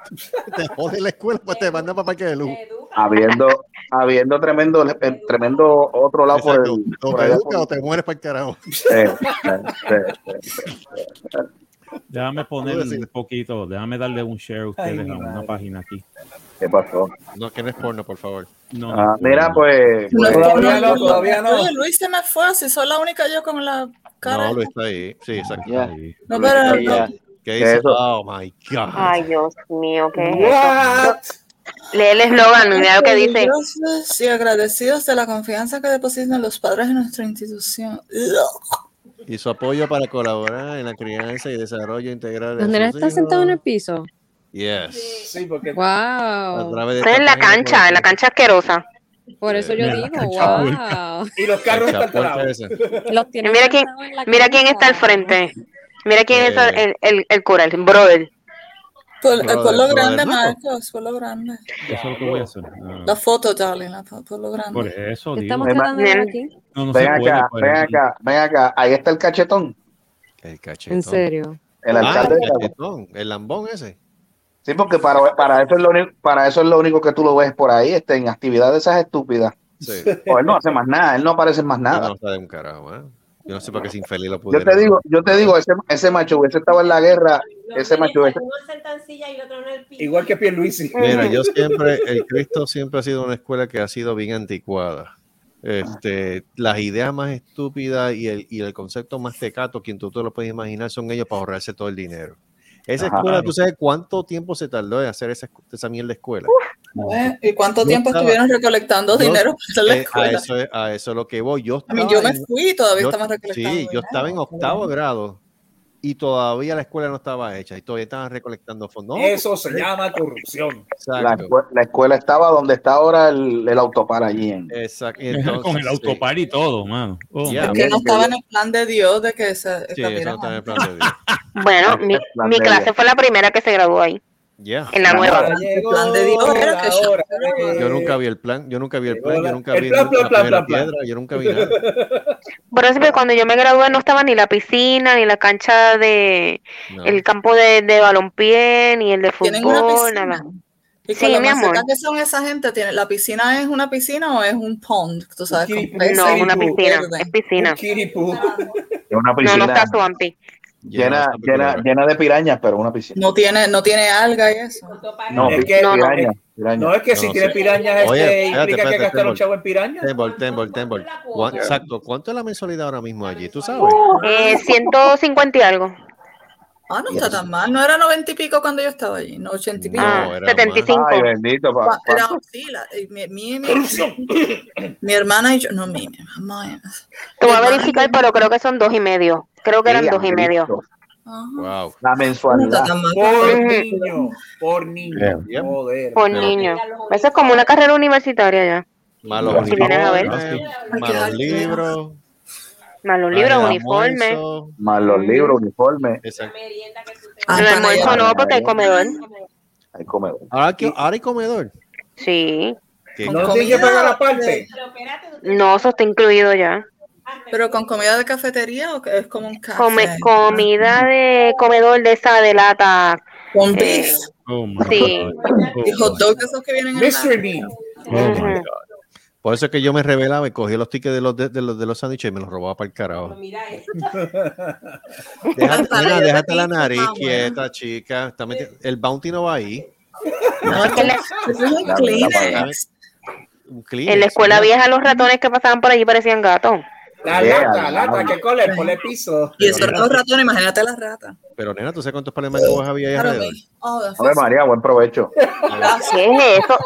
te jode la escuela, pues te mandan para Parque de Luz. Habiendo, habiendo tremendo, eh, tremendo otro lado por Exacto. el. O por te allá educas por- o te mueres para el carajo. Eh, eh, eh, eh. déjame poner Puedo decir. un poquito, déjame darle un share a ustedes a una página aquí. ¿Qué pasó? No, que no es porno, por favor. No, Ah, no, mira, no. pues. No, pues, Todavía no, Luis, todavía no. Luis, Luis se me fue, si soy la única yo con la cara. No, lo está ahí. Sí, exacto. Ya. Ahí. No, pero Luis, ya. no. ¿Qué hizo? Eso. Oh my God. Ay, Dios mío, qué es eso? What? Lee el eslogan, mira lo que dice. Orgullosos Y agradecidos de la confianza que depositan los padres en nuestra institución. Y su apoyo para colaborar en la crianza y desarrollo integral. de ¿Dónde sus está hijos. sentado en el piso? Yes. Sí, porque A ¡Wow! través de Está en la campañas cancha, en la por- cancha asquerosa. Por eso yo Mira, digo, chapuerta. wow. y los carros están Chapuerta talados. esa. Los tiene Mira quién, sentado en la mira quién cancha. está al frente. Mira quién es Eh. el, el, el cura, el brother. Por, Brother, por lo brother, grande, Marco. Marcos, por lo grande. Eso es lo que voy a hacer. Ah, La foto, darling, la foto, por lo por grande. eso, ¿Qué digo. estamos Ema- tratando de ver Nel. aquí? No, no se Ven puede. acá, pues. ven acá, ven acá. Ahí está el cachetón. El cachetón. En serio. El Ah, alcalde. el cachetón. El lambón ese. Sí, porque para, para eso es lo único, para eso es lo único que tú lo ves por ahí, este, en actividades esas estúpidas. Sí. O él no hace más nada, él no aparece en más Yo nada. no sabe un carajo, ¿eh? Yo no sé por qué ese infeliz lo Yo pudieron. te digo, yo te digo, ese, ese macho hubiese estado en la guerra, ese macho hubiese. Igual que Pierluisi. Mira, yo siempre, el Cristo siempre ha sido una escuela que ha sido bien anticuada. Este, las ideas más estúpidas y el, y el concepto más tecato, quien tú te lo puedes imaginar, son ellos para ahorrarse todo el dinero. Esa Ajá. escuela, tú sabes cuánto tiempo se tardó en hacer esa, escu- esa mierda de escuela. Bueno, ¿Y cuánto Yo tiempo estaba- estuvieron recolectando yo- dinero para hacer la eh, a, escuela? eso, es- a eso es lo que voy. Yo A mí, estaba yo me en- fui y todavía yo- estamos recolectando Sí, yo estaba en octavo grado y todavía la escuela no estaba hecha y todavía estaban recolectando fondos. No, Eso se llama corrupción. La, escue- la escuela estaba donde está ahora el, el autopar allí. En, Exacto. Con el autopar y todo, mano. Oh. Ya, que no Bien, estaba que- en el plan de Dios de que se cambiaran. Bueno, mi, mi clase fue la primera que se graduó ahí. En la nueva. plan de Dios era que yo- Yo nunca vi el plan, yo nunca vi el plan, yo nunca Eh, el vi plan, la plan, plan, primera plan, plan. piedra, yo nunca vi nada. Por eso que cuando yo me gradué no estaba ni la piscina, ni la cancha de No. el campo de, de balompié, ni el de ¿Tienen una fútbol, piscina? nada. Y con Sí, lo mi amor. macetas que son esa gente, tiene, ¿la piscina es una piscina o es un pond? ¿Tú sabes? con No, peces y una todo piscina, verde? es piscina. una No, no piscina está Swampy. llena, llena, llena de pirañas, pero una piscina. No tiene, no tiene alga y eso. No, Es pi- que- pirañas, pirañas. No, es que si No, tiene sí. pirañas, este, Oye, espérate, implica que espérate, gastar un Tembol. chavo en pirañas. Tembol, Tembol, Tembol. ¿Cuán- Ya. Exacto, ¿cuánto es la mensualidad ahora mismo allí? ¿Tú sabes? Eh, 150 y algo. Ah, no está tan mal. No era noventa y pico cuando yo estaba allí, no ochenta y pico. Ah, era 75. Ay, bendito. pa- Cua- pa- era sí, la- eh, mi, mi- mi- mi hermana y yo, no, mi, mi mamá. Te voy a verificar, pero creo que son dos y medio. Creo que eran Ella, dos y medio. Cristo. Ah, Wow. La mensualidad. Por niño, por niño. Bien. Joder. Por niño. Eso es como una carrera universitaria ya. Malos Si vienes a ver. uniformes, malos libros, Malos libros, uniformes. Más los libros, uniformes. El almuerzo no, Ay, porque hay ay, comedor. Hay comedor. Ahora, que- ahora hay comedor. Sí. No tiene que pagar aparte. No, eso está incluido ya. Pero con comida de cafetería o que es como un café. Come, comida de comedor de esa de lata. Con eh, beef. Oh my Sí. God. Y hot dogs esos que vienen en Mystery la- Bean. Oh my God. Por eso es que yo me revelaba y cogía los tickets de los, de, de los, de los sándwiches y me los robaba para el carajo. Déjate, Para mira, yo déjate la también, nariz mamá. quieta, chica. Está meti- El bounty no va ahí. No, es que la- eso es un La- la- Kleenex. Un Kleenex, En la escuela mira. vieja los ratones que pasaban por allí parecían gatos. La Yeah, lata, la lata, la- que cole, ponle piso. Y eso era un ratón, imagínate las ratas. Pero nena, ¿tú sabes cuántos palemas de había ahí Claro, alrededor? Oh, de Ave María, buen provecho. ¿Qué es eso?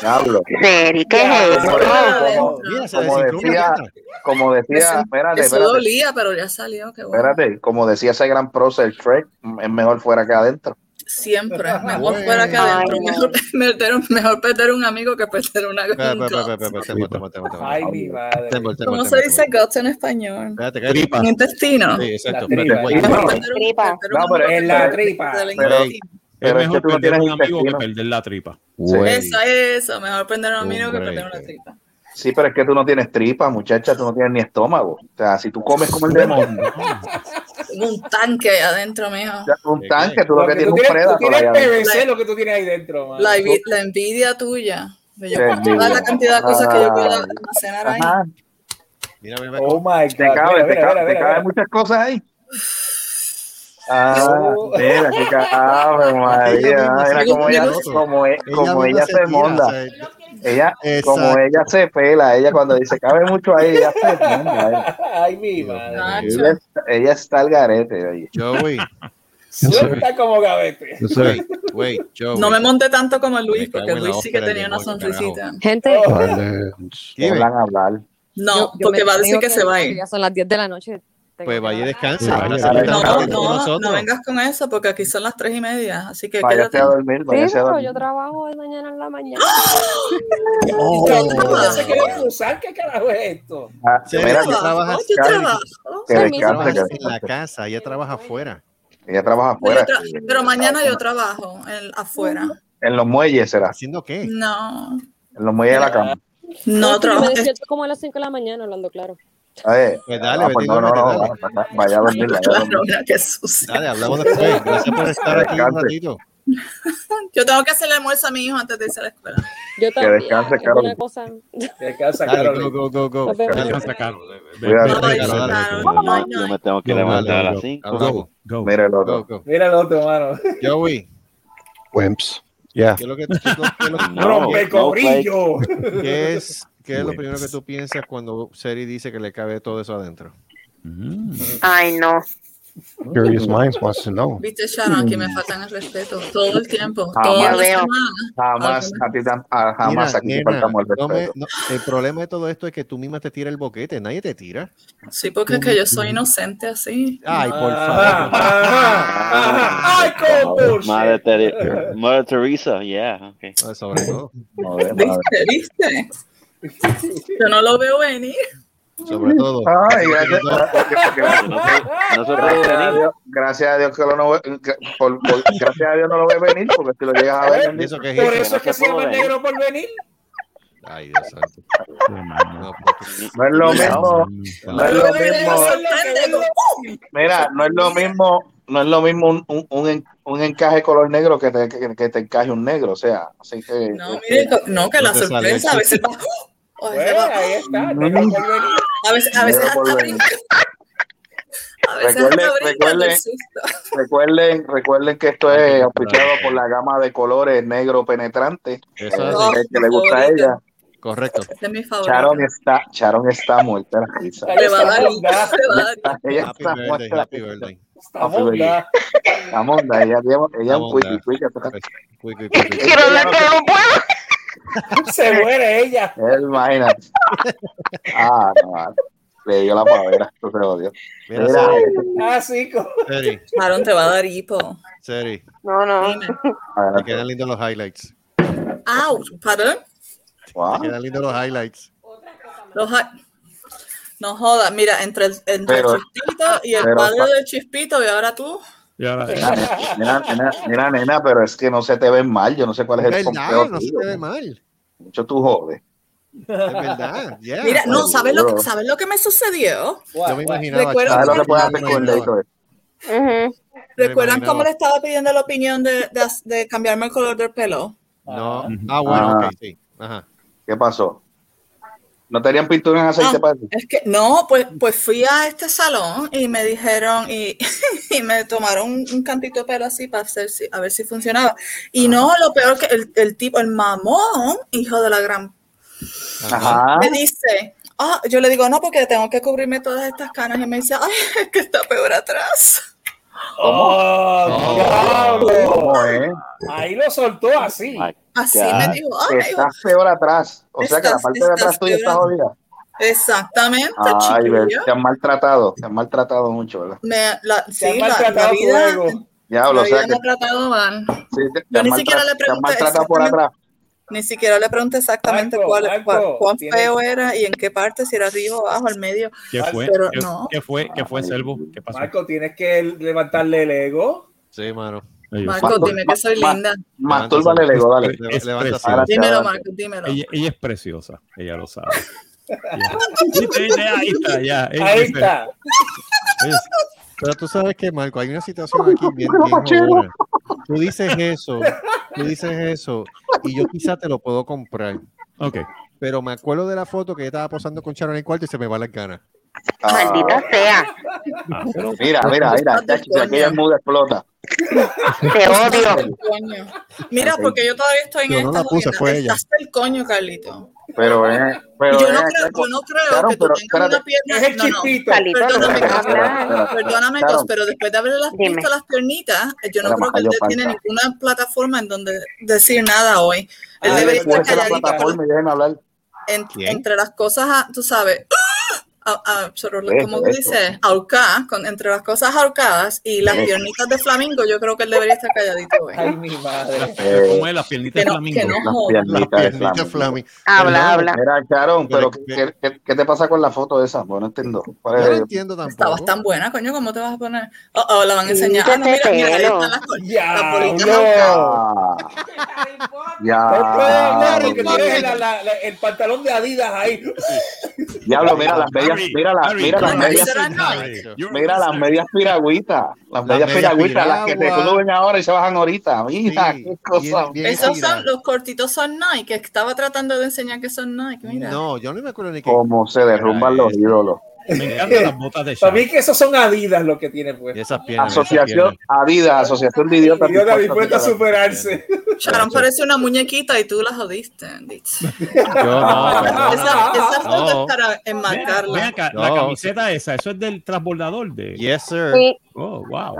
Diablo. Seri, ¿qué es eso? Como, Mira, se como desinfló una decía, como decía, espérate, Eso espérate, dolía, pero ya salió, qué bueno. espérate, como decía ese gran prosa del Shrek, es mejor fuera que adentro. Siempre, Ah, mejor fuera que adentro. Mejor, perder un, mejor perder un amigo que perder una. un Espera, espera, goth. espera, espera, espera, espera, espera, espera. Ay, mi madre. Tembo, tembo, ¿Cómo tembo, se tembo. dice gots en español? Espérate, cállate. Un intestino. Sí, exacto. La espérate, tripa. voy. Tripa. No, pero, En la tripa. Pero- Es pero es que mejor tú no perder tienes un amigo que intestino. perder la tripa. Sí. Eso, eso. Mejor perder un amigo que Hombre. perder una tripa. Sí, pero es que tú no tienes tripa, muchacha, tú no tienes ni estómago. O sea, si tú comes como el demonio, Tengo un tanque ahí adentro, mijo. o sea, un tanque, tú lo Lo que que tienes tú tienes, es un tú predator tienes allá adentro. PVC lo que tú tienes ahí dentro, mano. La, envi- la envidia tuya. De yo Qué toda envidia. la cantidad de cosas que yo puedo Ay. almacenar ahí. Ajá. Mira, mira, mira. Oh my God. Te cabe, Mira, te mira, cabe, mira, te cabe mira. muchas cosas ahí. Ah, mira, qué ca- Ave María, misma mira se como tira ella, todo. como, e- Ella como misma ella se se tira, o monda. sea, Ella, Exacto. como ella se pela, ella cuando dice cabe mucho ahí, ella se monda. Ay, mi madre. Ella, está- ella está al garete. oye. Joey, Suelta como gavete. Joey, wait, Joey. No me monté tanto como Luis, Me cago porque en la Luis sí que ópera del tenía una demonio, sonrisita. Gente, No Dime, hablan a hablar. No, yo- yo porque me va a decir tengo que, se va a ir. ir. Ya son las 10 de la noche. Tengo pues que- vaya y descanse. Vaya, Ahora se dale. mete un No, ratito con no, no nosotros. vengas con eso, porque aquí son las tres y media, así que Váyase quédate. a dormir, Sí, váyase a pero dormir. yo trabajo mañana en la mañana. Oh. ¿Cómo se quiere acusar? ¿Qué carajo es esto? Ah, Sí, mira, tú trabajas, Yo Cari, trabajo. que Permiso. descanse, trabajas que en la casa, ella trabaja afuera. ella trabaja Pero, afuera. tra- pero mañana yo trabajo en- afuera. En los muelles será, ¿Haciendo qué? No, en los muelles de la cama. no No, pero yo trabajo. me despierto como a las 5 de la mañana, hablando claro. Oye, Pues dale, ah, vete, pues no, no, no, duérmete, vaya- vaya a dormir, vaya a dormir. Claro, mira qué sucio. Dale, hablamos después. Gracias por estar aquí un Descanse. ratito. Yo tengo que hacerle almuerzo a mi hijo antes de irse a la escuela. Yo Que también. descanse, es Carol. una cosa. Descansa, Dale, Carolina. go, go, go, go. Nos vemos. Descansa, Carlos. Ve- ve- Cuidado. ve- Ay, regalo, dale. claro, Yo no, me- no. yo me tengo que No, levantar dale, a go, las 5. Go, Go. Mira el go, otro. go. Mira el otro, mano. Joey, Wimps. Ya. ¿qué es lo que, qué es lo- qué es lo- No, ¡Rompe no fake. cobrillo! qué es, qué es lo primero que Wimps. tú piensas cuando Seri dice que le cabe todo eso adentro? Mm. Ay, no. Curious Minds wants to know. Viste, Sharon, que Mm. me faltan el respeto todo el tiempo, toda Jamás, la semana. jamás, a ti tam- a- jamás Mira, aquí te nena, faltamos el no me- respeto. no, el problema de todo esto es que tú misma te tiras el boquete, nadie te tira. Sí, porque es que Mm. yo soy inocente así. Ay, por Ah. favor. Ay, cómo bullshit. Madre, Tere- Mother Teresa, yeah, okay. Ah, Sobre todo. ¿Viste? ¿Viste? Yo no lo veo venir. Sobre todo. Ay, gracias, No se puede gracias a venir. Dios, gracias a Dios que lo no ve- que- por- por- gracias a Dios no lo voy a venir porque si lo llegas a ver, Eso que es Por eso. eso es que se llama el negro por venir. Ay, Dios santo. No, pues- No es lo mismo, no es lo mismo. Inocente. Mira, no es lo mismo, no es lo mismo un, un, un en- un encaje color negro que te, que, que te encaje un negro, o sea, así que No, mire, co- no, que la No te sale sorpresa a eso. veces va. a veces Bueno, va- ahí está, negro por venir. A veces, a veces Negro por hasta venir. brinca. A veces Recuerde- hasta brinca recuerde- del susto. recuerden, recuerden que esto es auspiciado por la gama de colores negro penetrante, Eso eh, es. el que le gusta a ella. Correcto. Ese es mi favorito. Sharon está, Sharon está muerta de la risa. Le va a dar, le va a dar. Ella Happy está birthday, muerta. de happy birthday. la Está bonda. risa. La monda, ella ella es La un cuiqui monda. cuiqui. Quick, quick, quick, quick. Quiero hablar, pero no puedo. Se muere ella. Él, Imagínate. Ah, no. Le dio la pavera, esto se jodió. Mira, Mira, Ah, sí, co- Seri, Sharon te va a dar hipo. Seri, No, no. Dime. te adelante. quedan lindos los highlights. Au, perdón. Wow. Te quedan lindos los highlights. Los ha- No jodas, mira, entre el, entre Pero- Chispito y el pero- padre de Chispito, y ahora tú. Mira, nena, mira, nena, pero es que no se te ven mal. Yo no sé cuál es Es el verdad, pompeo no se tuyo. te ve mal. Mucho tú jodes. Es verdad. yeah. pues, Mira, no, ¿sabes lo, que, Dios. ¿sabes lo que me sucedió? Yo me imaginaba. Recuerdo chaval, ¿Sabes lo que Ah, yo puedes me hacer con el dedito? imaginaba. ese? Ujú. ¿Recuerdan imaginaba. cómo le estaba pidiendo la opinión de, de, de cambiarme el color del pelo? No. Ah, bueno, Ah. ok, sí. Ajá. ¿Qué pasó? ¿No tenían pintura en aceite Ah, para ti? es que no, pues, pues fui a este salón y me dijeron y, y me tomaron un, un cantito de pelo así para hacer si- a ver si funcionaba. Y no, lo peor que el, el tipo, el mamón, hijo de la gran, Ajá. Ajá. me dice, ah, yo le digo no porque tengo que cubrirme todas estas canas y me dice, ay, es que está peor atrás. Oh, diablo. ¿Cómo es? Ahí lo soltó así. Ay, Así Ya, me dijo, ay, Estás peor atrás. O sea que la Estás- parte de atrás estás tuya está peor. jodida. exactamente, Ay, chiquillo. ves, te han maltratado. Te han maltratado mucho, ¿verdad? Me, la, Se ha sí, la- la, maltratado tu vida, ego. Diablo, la o sea vida que me ha tratado mal. sí, te, te Yo han ni maltra- siquiera le te han pregunté maltratado por exactamente. Ah, atrás. Ni siquiera le pregunté exactamente Marco, cuál, cuál- Marco, cuán tiene- feo era y en qué parte, si era arriba, abajo, al medio. ¿Qué fue? Pero ¿Qué, no. qué fue? ¿Qué fue, Selvo? ¿Qué pasó? Marco, tienes que levantarle el ego. Sí, mano. Ay, Dios. Marco, Marco, dime que soy Ma- linda. Mastúrbale el ego, pues, dale. Le- Levanta Ahora- Adelante, Dímelo, adelante. Marco, dímelo. Ella, ella es preciosa, ella lo sabe. Ya. Viste, viste, Ahí está, ya. ella Ahí es preciosa. está. Es- Pero tú sabes que, Marco, hay una situación aquí bien, bien jodona. Tú dices eso, tú dices eso, y yo quizá te lo puedo comprar. Ok. Pero me acuerdo de la foto que yo estaba posando con Charo en el cuarto y se me va la gana. Ah, Maldita sea. Ah, pero- Mira, mira, mira. ya, Si aquella muda explota. Pues, Te odio. Del coño. Mira, porque yo todavía estoy en Yo no esta la puse, jodienda. fue ella. Estás del coño, Carlito. Pero, eh, Y pero, yo no eh, creo, yo no creo Claro, que tú pero tengas una espérate. Es el pierna. No, no. chispito. Salita, Perdóname, déjame Carlos. hablar. Perdóname, Claro. Cos, pero después de haberle las Dime. visto las piernitas, eh, yo no Pero, creo que él Majayo, tiene falta. ninguna plataforma en donde decir nada hoy. Él Ah, debería estar Después de la calladito. plataforma y dejen hablar. en- ¿Quién? entre las cosas, ah, tú sabes, ah, ah, sobre lo- Eso, como que eso. dice, ahorcada, con entre las cosas ahorcadas y las Eso. piernitas de flamingo, yo creo que él debería estar calladito hoy. Ay, mi madre. Eh, ¿Cómo es la piernita que de no, flamingo? que no Las joda. Las piernitas de Eh, piernitas flamen. Flamingo. Habla, habla. Mira, Sharon, pero ¿qué, Pero- qué, qué- qué te pasa con la foto esa? Bueno, no entiendo. ¿Cuál es Yo no el- entiendo Estabas tampoco. tan buena, coño, ¿cómo te vas a poner? Oh, oh, la van a enseñar. Ah, no, Quítate mira, mira, ahí pelo. están las col- las Ya, bolitas ahorcadas. no. Ah, No puedes hablar porque ya. tienes el, la- la- el pantalón de Adidas ahí. Diablo, mira las medias, mira las, mira las Harry, medias, Harry. mira las medias piragüitas, las Las medias medias piragüitas, las que te piragua. suben ahora y se bajan ahorita. Sí, Mira, qué bien- cosa. bien Esos tira. son, los cortitos son Nike, que estaba tratando de enseñar que son Nike, mira. No, yo no me acuerdo ni qué. Cómo se derrumban los ídolos. Me encantan las botas de Para Shaq. mí que esos son Adidas lo que tiene Y pues. esas piernas. esas Asociación piernas. Adidas, Asociación de Y Idiotas. yo dispuestos a dispuesta a superar. superarse. Sharon parece una muñequita y tú la jodiste. dice. Yo no, perdona. Esa, esa foto No. es para Ven enmarcarla. acá, No. la camiseta esa, eso es del transbordador de. Yes, sir. Sí. Oh, wow.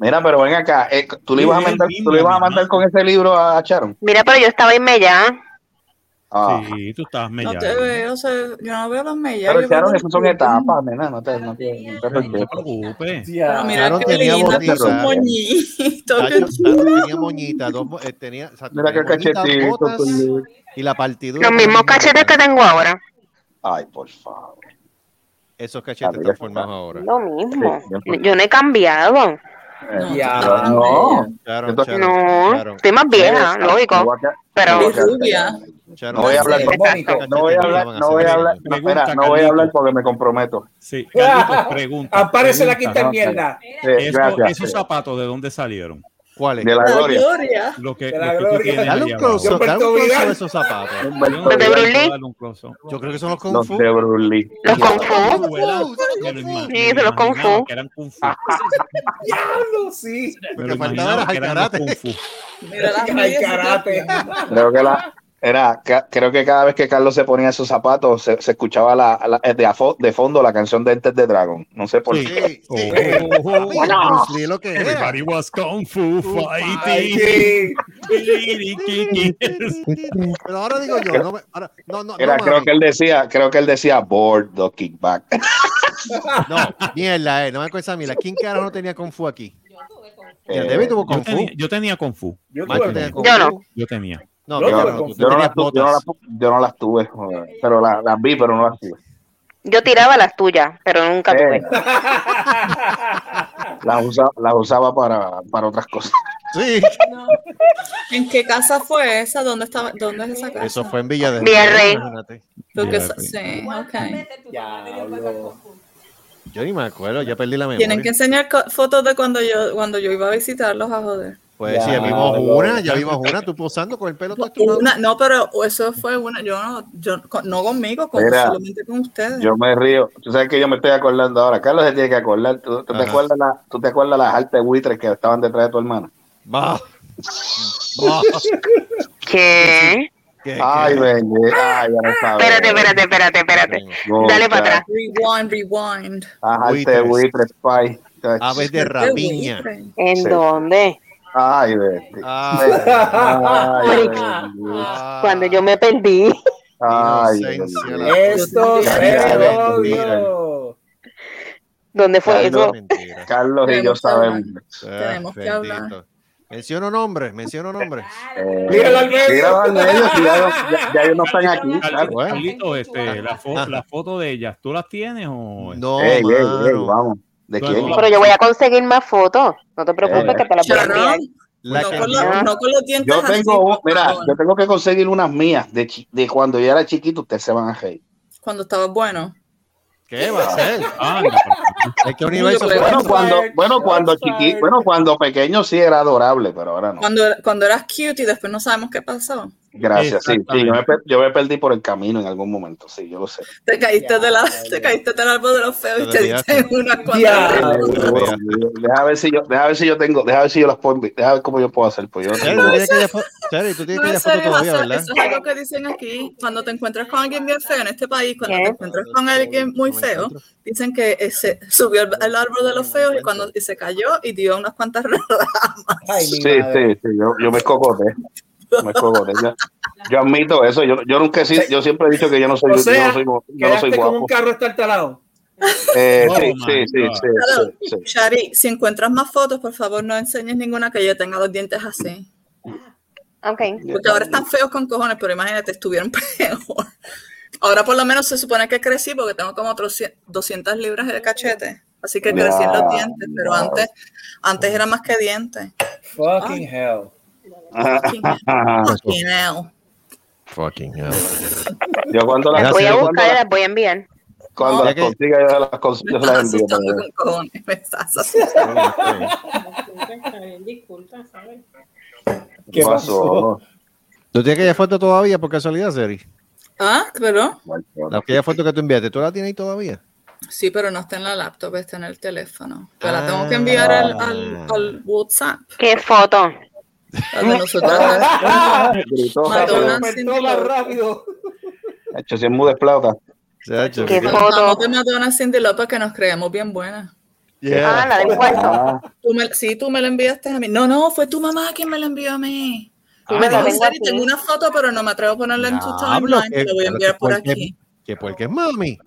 Mira, pero ven acá, eh, tú le ibas a mandar, tú le ibas a mandar con ese libro a Sharon. Mira, pero yo estaba en Mella. Ah. Sí, tú estabas No mellado. te veo, o sea, yo no veo las mellas. Pero yo Sharon, veo- eso son etapas, nena, no te, no te, no te preocupes. Pero mira Claro, qué tenía linda, botitas. con su moñito, Tacho, qué Tacho tenía moñita, dos mo- eh, tenía, o sea, Mira tenía qué moñita, cachetito, botas tú. y la partidura. Los mismos cachetes que tengo ahora. Ay, por favor. Esos cachetes están formados ahora. Lo mismo. Yo no he cambiado. Eh, Ya. Sharon, no. Sharon, Entonces- Sharon, No, Sharon. estoy más vieja, Sharon, no lógico. voy a- Pero no voy a- Sharon, No voy a hablar, Sharon, no, no voy a hablar, no voy a hablar, no, espera, no voy a hablar porque me comprometo. Sí, Carlitos, pregunta. Ah, Aparece la quinta pregunta. enmienda. Eh, Eso- gracias. esos zapatos, ¿de dónde salieron? ¿Cuáles? De la La gloria. gloria. Lo que, De la lo que tú gloria. tienes Dale ahí un abajo. close-up, dale un Humberto close-up a Vidal. esos zapatos. Yo no ¿De quiero Bruce Lee? darle un close-up. Yo creo que son los Kung Los Fu. de Bruce Lee. Los Kung Kung Fu. Fu era- me lo ima- me Sí, se los Kung imaginaba Fu. que eran Kung Fu. Diablo, sí. Me que lo imaginaba faltaba era que eran los Jaikarate. Kung Fu. Mira las Ay, mellas, karate. Creo que la era, ca- creo que cada vez que Carlos se ponía esos zapatos se, se escuchaba la, la- eh, de, afo- de fondo la canción de Enter the Dragon. No sé por Sí, qué. sí. Oh, Sí, Bruce Lee lo que era. Everybody was Kung Fu fighting. Sí. Pero ahora digo yo, no, me- ahora, no, no, Era, no, creo mami. que él decía, creo que él decía board the kickback. no, mierda, eh, no me cuesta a mí. La King Cara no tenía Kung Fu aquí. Eh, El David tuvo Yo Kung Fu. tenía, yo tenía Kung Fu. Yo Macho tuve- tenía Kung Yo no. Fu. Yo tenía. No, Yo Karen, tuve no, Kung tú Yo no, tenías las, tu- yo no botas. las pu- yo no las tuve, joder. pero la- las, vi, pero no las tuve. Yo tiraba las tuyas, pero nunca tuve. Eh, las, usa- las usaba para, para otras cosas. Sí, ¿En qué casa fue esa? ¿Dónde estaba? ¿Dónde es esa casa? eso fue en Villa del Villa del Rey. imagínate. Creo que Mira, esa- sí, ok. Diablo. Yo ni me acuerdo, ya perdí la memoria. Tienen que enseñar co- fotos de cuando yo cuando yo iba a visitarlos a joder. Pues sí, ya vimos Diablo. una, ya vimos una, tú posando con el pelo todo estirado. Una, no, pero eso fue una, yo no, yo con- no conmigo, con, Mira, solamente con ustedes. Yo me río. Tú sabes que yo me estoy acordando ahora. Carlos se tiene que acordar. ¿Tú, tú te, Ajá. acuerdas la- ¿tú te acuerdas las artes buitres que estaban detrás de tu hermana? Va. Va. ¿Qué? ¿Qué- Ay, qué- bendito. Ay, ya no sabes. Espérate, espérate, espérate, espérate. Gocha. Dale para atrás. Rewind, rewind. Las artes Buitres. buitres, pai. Aves de rapiña. ¿En Sí. dónde? Ay, bendito. Ah, Ay, Ay, bendito. Cuando yo me perdí. Ay, Inocencia, bendito. la- Esto Ya, es ya, ya, odio. ¿Dónde fue Ay, eso? Mentira. Carlos y yo Tenemos que hablar. sabemos. Tenemos que bendito. hablar. Menciono nombres, menciono nombres. Eh, Míralo al medio. míralo al medio, si ya, ya- ya ellos no están aquí. Carlito, bueno. Carlito, Ah. este, la, fo- Ajá. la foto de ellas, ¿tú las tienes o No, Ey, ey, ey, mano. vamos. ¿De Bueno, quién? vamos. Pero yo voy a conseguir más fotos. No te Eh. preocupes que te las voy a enviar. Sharon, La no, que- con los, no con los dientes Yo así, tengo, un- por mira, favor. yo tengo que conseguir unas mías de, chi- de cuando yo era chiquito, ustedes se van a reír. cuando estabas bueno. ¿Qué va a ser? Anda, ¿De qué universo Yo creo- fue? Bueno, cuando, bueno, Shots cuando fired. chiqui, bueno, cuando pequeño sí era adorable, pero ahora no. Cuando, cuando eras cute y después no sabemos qué pasó. Gracias, sí, sí, yo me, Exactamente. per- yo me perdí por el camino en algún momento, sí, yo lo sé. Te caíste, de la, te caíste del árbol de los feos y Te te diste desviaste. una cuantas. Diablo. Seguro. Deja ver si yo, deja ver si yo tengo, deja ver si yo las puedo, deja ver cómo yo puedo hacer, pues yo. Sherry, tú tienes aquella fo- Sherry, tú tienes No, en aquella foto serio, todavía, eso, ¿verdad? eso es algo que dicen aquí. Cuando te encuentras con alguien bien feo en este país, cuando ¿Qué? te encuentras con alguien muy feo, dicen que eh, se subió al al árbol de los feos y cuando y se cayó y dio unas cuantas rodadas. Ay, Sí, mi madre. sí, sí, yo, yo me cogoté. Me cogoté. Yo, yo admito eso. Yo, yo nunca he sido- yo siempre he dicho que yo no soy, O sea, yo no soy, gu- yo no soy Quedaste como guapo. un carro estartalado. Eh, Oh sí, my sí, sí, God. sí, sí, sí. Shari, si encuentras más fotos, por favor, no enseñes ninguna que yo tenga los dientes así. Ok. Porque ahora están feos con cojones, pero imagínate, estuvieron peor. Ahora por lo menos se supone que crecí porque tengo como 300 200 libras de cachete. Así que crecí en los dientes, pero antes, antes era más que dientes. Fucking hell. Ah, Fucking hell. Fucking hell. Fucking hell. Yo cuando las, Voy a yo cuando buscar y las, las voy a enviar. cuando Ya las que- consiga, yo las consigo, Me yo las estás envío. asustando pero- con cojones. Me estás asustando. ¿Qué pasó? ¿Tú tienes aquella foto todavía por casualidad, Sherry? Ah, pero La aquella foto que tú enviaste, ¿tú la tienes ahí todavía? sí, pero no está en la laptop, está en el teléfono. Te la tengo Ah. que enviar al, al, al WhatsApp. ¿Qué foto? La de Ah. nosotras. Gritó. Madonna cabrón. sin más rápido. Hecho, si es mudo, explota. Qué Hablamos foto. de Madonna Cindy López que nos creemos bien buenas. Ah, la del cuarto. Ah, Tú me, sí, tú me la enviaste a mí. No, no, fue tu mamá quien me la envió a mí. Tú Ah, me la dijo, tengo Sari, aquí. tengo una foto, pero no me atrevo a ponerla en tu Hablo, timeline. que- Te voy a pero enviar que por porque- aquí. Que porque es mami.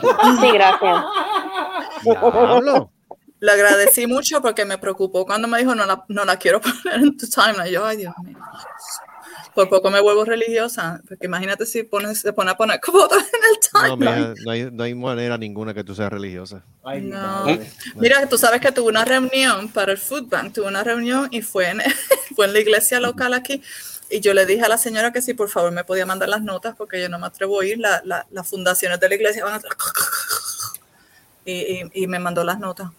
Sí, gracias. Diablo. Le agradecí mucho porque me preocupó cuando me dijo, no la, no la quiero poner en tu timeline. Yo, ay, Dios mío. Por poco me vuelvo religiosa, porque imagínate si pones, se pone a poner fotos en el No, mija, timeline. no, hay, no hay manera ninguna que tú seas religiosa. No. ¿Eh? ¿Eh? Mira, tú sabes que tuve una reunión para el food bank, tuve una reunión y fue en, fue en la iglesia local aquí. Y yo le dije a la señora que si por favor me podía mandar las notas porque yo no me atrevo a ir, la- la- las fundaciones de la iglesia van a... Y, y- y me mandó las notas.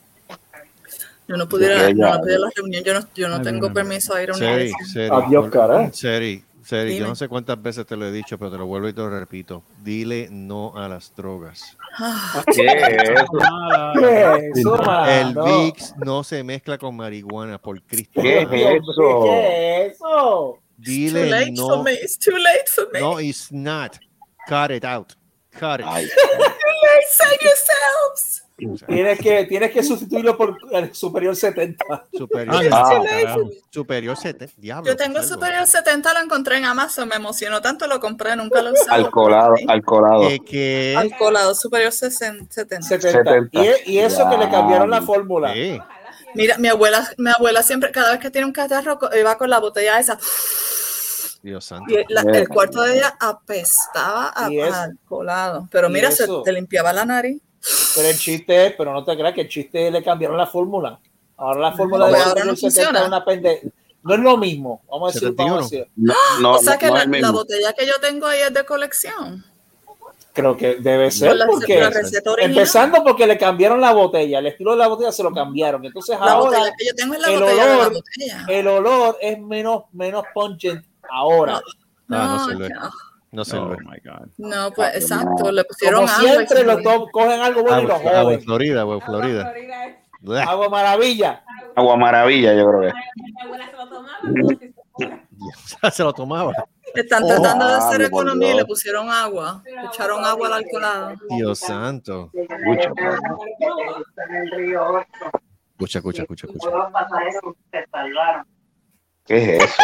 Yo no pudiera, Ella- no, no pudiera la reunión, yo no, yo no tengo permiso a ir a una Seri, iglesia. Seri, Adiós, por- cara. Seri, Seri, yo Dime. no sé cuántas veces te lo he dicho, pero te lo vuelvo y te lo repito. Dile no a las drogas. Ah, ¿Qué es eso? ¿Qué es eso, El mano? VIX no se mezcla con marihuana, por Cristo. ¿Qué es eso? ¿Qué es eso? too Dile late for no. me, it's too late for me. No, it's not. Cut it out. Cut it. ay, Too late, save yourselves. Tienes que, tienes que sustituirlo por el superior 70. Superior, Ah, Ah, carajo. superior 70. Diablo. Yo tengo algo. Superior 70, lo encontré en Amazon, me emocionó tanto, lo compré, nunca lo usé. al colado, al colado. Eh, ¿Qué, Eh, qué? Al colado Superior 60, 70. 70. 70. Y, y eso que le cambiaron la fórmula. Sí. Mira, mi abuela, mi abuela siempre, cada vez que tiene un catarro, co- eh, va con la botella esa. Dios santo. Y la- el cuarto de ella apestaba a, ¿Y eso? al colado. Pero ¿Y mira, se eso? te limpiaba la nariz. Pero el chiste es, pero no te creas que el chiste es le cambiaron la fórmula. Ahora la fórmula Pero de ahora no 70 funciona. es una pende- No es lo mismo. Vamos a decir, vamos a 71. decir. No, no, o sea no, que no es la, el la mismo. botella que yo tengo ahí es de colección. Creo que debe Con ser la, porque. la receta original. Empezando porque le cambiaron la botella, el estilo de la botella se lo cambiaron. Entonces la ahora botella que yo tengo es la el botella de la olor- Eh, botella. el olor es menos, menos pungent ahora. Ah, no No, se lo- no, No se Oh lo my God. no, pues exacto, le pusieron Como agua y siempre, se los murió. dos cogen algo bueno y lo Agua, agua en joden. Florida, agua en Florida. Blah. Agua maravilla. Agua maravilla, yo creo que. Dios, se lo tomaba. Están tratando Oh, de hacer Ah, por economía y Dios. le pusieron agua. Le echaron agua al alcoholado. Dios santo. Mucho. Escucha, escucha, escucha, escucha. ¿Qué es eso?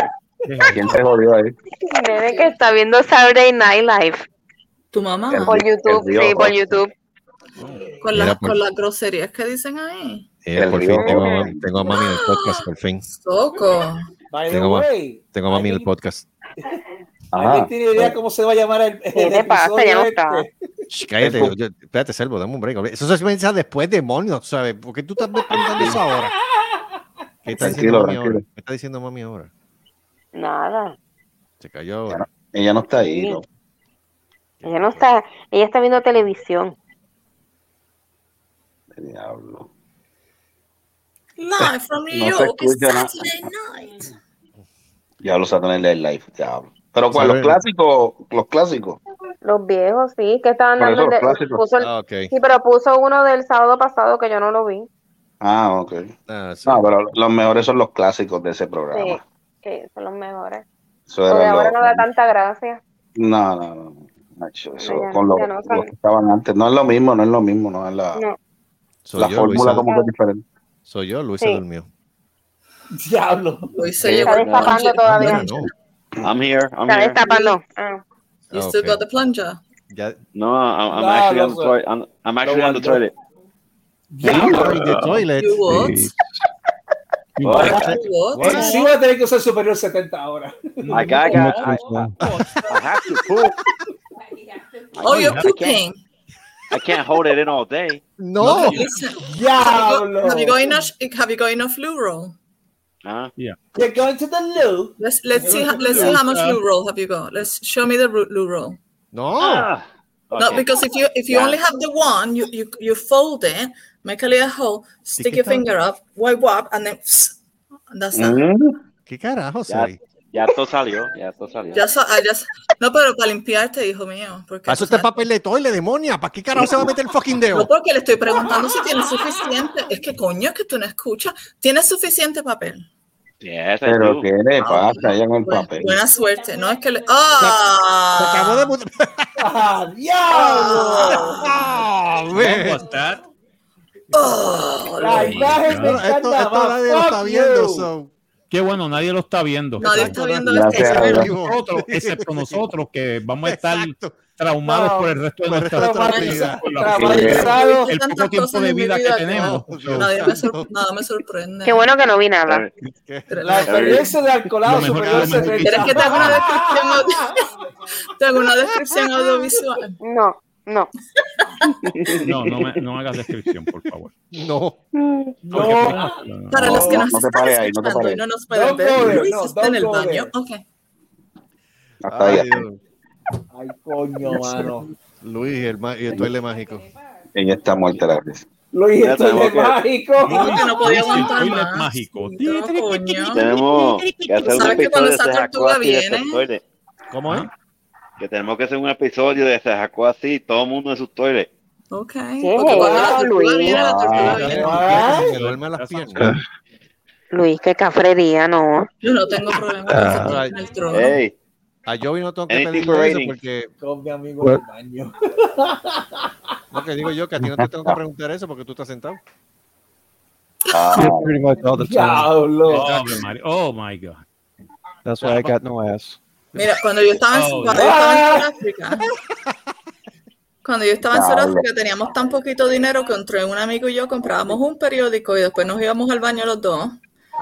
¿Quién se jodió ahí? El nene que está viendo Saturday Night Live Tu mamá, El- por el YouTube, río sí, por Hudson. YouTube. con, Mira, las, por- con las groserías que dicen ahí. Eh, por El fin río. tengo a, mami, tengo a mami en el podcast, por fin. Soco. By the Tengo más. way, Tengo a mami en el ¿alguien- podcast. Ajá. ¿Alguien tiene idea cómo se va a llamar el, este? el ¿Qué te pasa? Ya no está. Shh, cállate, yo- yo- espérate, Selvo, dame un break. hombre. Eso se piensa después, demonio, tú ¿sabes? ¿Por qué tú estás preguntando eso ahora? ¿Qué está diciendo Tranquilo, mami ahora? tranquilo. ¿Qué está diciendo mami ahora? Nada. Se cayó ahora. Ella no está ahí. ¿no? Ella no está, ella está viendo televisión. Diablo. Live from New No se York, it's escucha nada. Saturday night. Diablo, Satanás el live. Diablo. Pero ¿cuál? Los Sabrina. clásicos. Los clásicos. Los viejos, sí, que estaban Por eso dando. los el de- clásicos. puso el- Ah, ok. sí, pero puso uno del sábado pasado que yo no lo vi. Ah, ok. Ah, sí. No, pero los mejores son los clásicos de ese programa. Sí, sí, son los mejores. Eso Lo era de ahora lo- no da tanta gracia. No, no, no. Nacho, eso No, ya con no, los, ya no son. los que estaban antes. No es lo mismo, no es lo mismo, no es la, No. Soy la yo, Luisa. fórmula como que es diferente. Soy yo, Luisa Sí. durmió. Diablo. Hoy se Sí, llevó Está el destapando plunger. Ah, todavía. Mira, no. I'm here. I'm Está here. destapando. Ah. You Ah, still ok. got the plunger. Ya. No, I'm, I'm No, actually on no, the no. toilet. I'm, I'm actually on the mandó. toilet. You're in the toilet. You what? But You what? What? Sí, voy a tener que usar superior 70 ahora. I got, I, got, I, I have to poop. Oh, you're I pooping. can't, I can't hold it in all day. No. Listen, have you Diablo. got- have you got enough? Have you got enough loo roll? Huh? You're going to the loo. Let's let's see. how- Let's see how much loo roll have you got. Let's show me the ru- loo roll. Oh. No. Ah. No, Okay. because if you if you Yeah. only have the one, you you you fold it, make a little hole, stick it your down. finger up, wipe up, and then and that's Mm-hmm. that. Mm, ¿Qué carajo, Ya, Sari? ya esto salió. Ya esto salió. Ya so- I just- no, pero para limpiarte, hijo mío. Porque, Ah, Eso está este papel de toilet, demonia. ¿Para qué carajo se va a meter el fucking no dedo? porque le estoy preguntando si tienes suficiente. Es que coño, es que tú no escuchas. ¿Tienes suficiente papel? Pero ¿qué le pasa ella con el papel? Buena suerte, no es que le. ¡Ah! Se acabó de puta. ¡Ah, Ah, diablo! What was that? ¡Oh! La imagen del Esto- esto nadie lo carnaval, está fuck viendo, you. so. Qué bueno, nadie lo está viendo. Nadie está viendo Gracias, este gracias. cerebro. Nosotros, excepto nosotros que vamos a estar Exacto. traumados No, por el resto de por el nuestra resto de nuestra vida. vida. Por la- Traumatizado. el Tantas poco tiempo cosas de en mi vida que vida que- tenemos. Yo- Nadie me sor- Nada me sorprende. Qué bueno que no vi nada. La experiencia de alcoholado Lo mejor- superior lo se mejor que- ¿Quieres que te haga una descripción audio- te haga una descripción audiovisual? No, no. No, no me, no me hagas descripción, por favor. No. Porque- No. no, Para No, los que no, nos no te están pares ahí, no te escuchando y pares. no nos pueden Don't go ver, there, Luis no, está en el don't go baño. there. Ok. Hasta Ay, allá. Dios. Ay, coño, mano. Luis, el, ma- y el duele mágico. Ella está muerta la vez. Luis, Ya esto es tenemos que- mágico. Digo que no podía Sí, sí, aguantar toilet más. mágico. Sí, no, coño. Tenemos que hacer un ¿Sabes que episodio cuando de esa Se sacó tortuga así de viene? sus toiles. ¿Cómo ¿Ah? es? Que tenemos que hacer un episodio de Se sacó así, todo el mundo en sus toiles. Ok. ¿Qué Porque cuando es, la tortuga Luis? viene, la tortuga Ay. viene. Ya se me duermen las piernas. Luis, qué cafrería, no. Yo no tengo problema con Ah. sentarme en el trono. Eh. Ey, A Jovi no tengo que Anything pedirle for eso ratings. porque, Con mi amigo Bueno. Maño. no, que digo yo que a ti no te tengo que preguntar eso porque tú estás sentado. Ah, pretty much all the time. Diablo. Ave María. Oh my God. That's why I got no ass. Mira, cuando yo estaba en, Oh, cuando yo estaba en Sudáfrica, cuando yo estaba en Diablo. Sudáfrica teníamos tan poquito dinero que entre un amigo y yo comprábamos un periódico y después nos íbamos al baño los dos.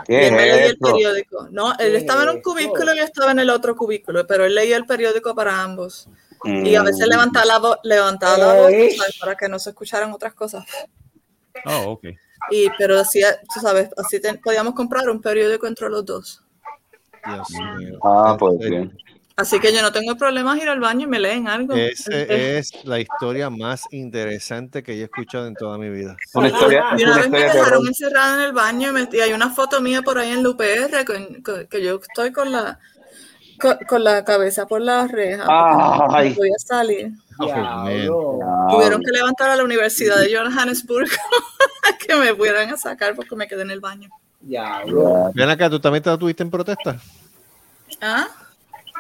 Y ¿Qué él me leía es el esto? periódico. No, él ¿Qué estaba en un es cubículo eso? y yo estaba en el otro cubículo, pero él leía el periódico para ambos. Y a veces Mm. levantaba la, vo- levantaba la voz Ey. ¿sabes? para que no se escucharan otras cosas. Oh, ok. Y, pero así, eh, tú sabes, así te- podíamos comprar un periódico entre los dos. Dios mío. Ah, pues Eh, bien. Así que yo no tengo problemas ir al baño y me leen algo. Este, Esa es la historia más interesante que yo he escuchado en toda mi vida. Una historia, Y una una vez me historia de terror. dejaron encerrada en el baño y, me- y hay una foto mía por ahí en LUPR con, con- que yo estoy con la con, con la cabeza por la reja. porque Ah, Ay. Ah, No podía salir. Diablo. Tuvieron que levantar a la Universidad de Johannesburg que me pudieran a sacar porque me quedé en el baño. Diablo. Ven acá, ¿tú también te tuviste en protesta? ¿Ah?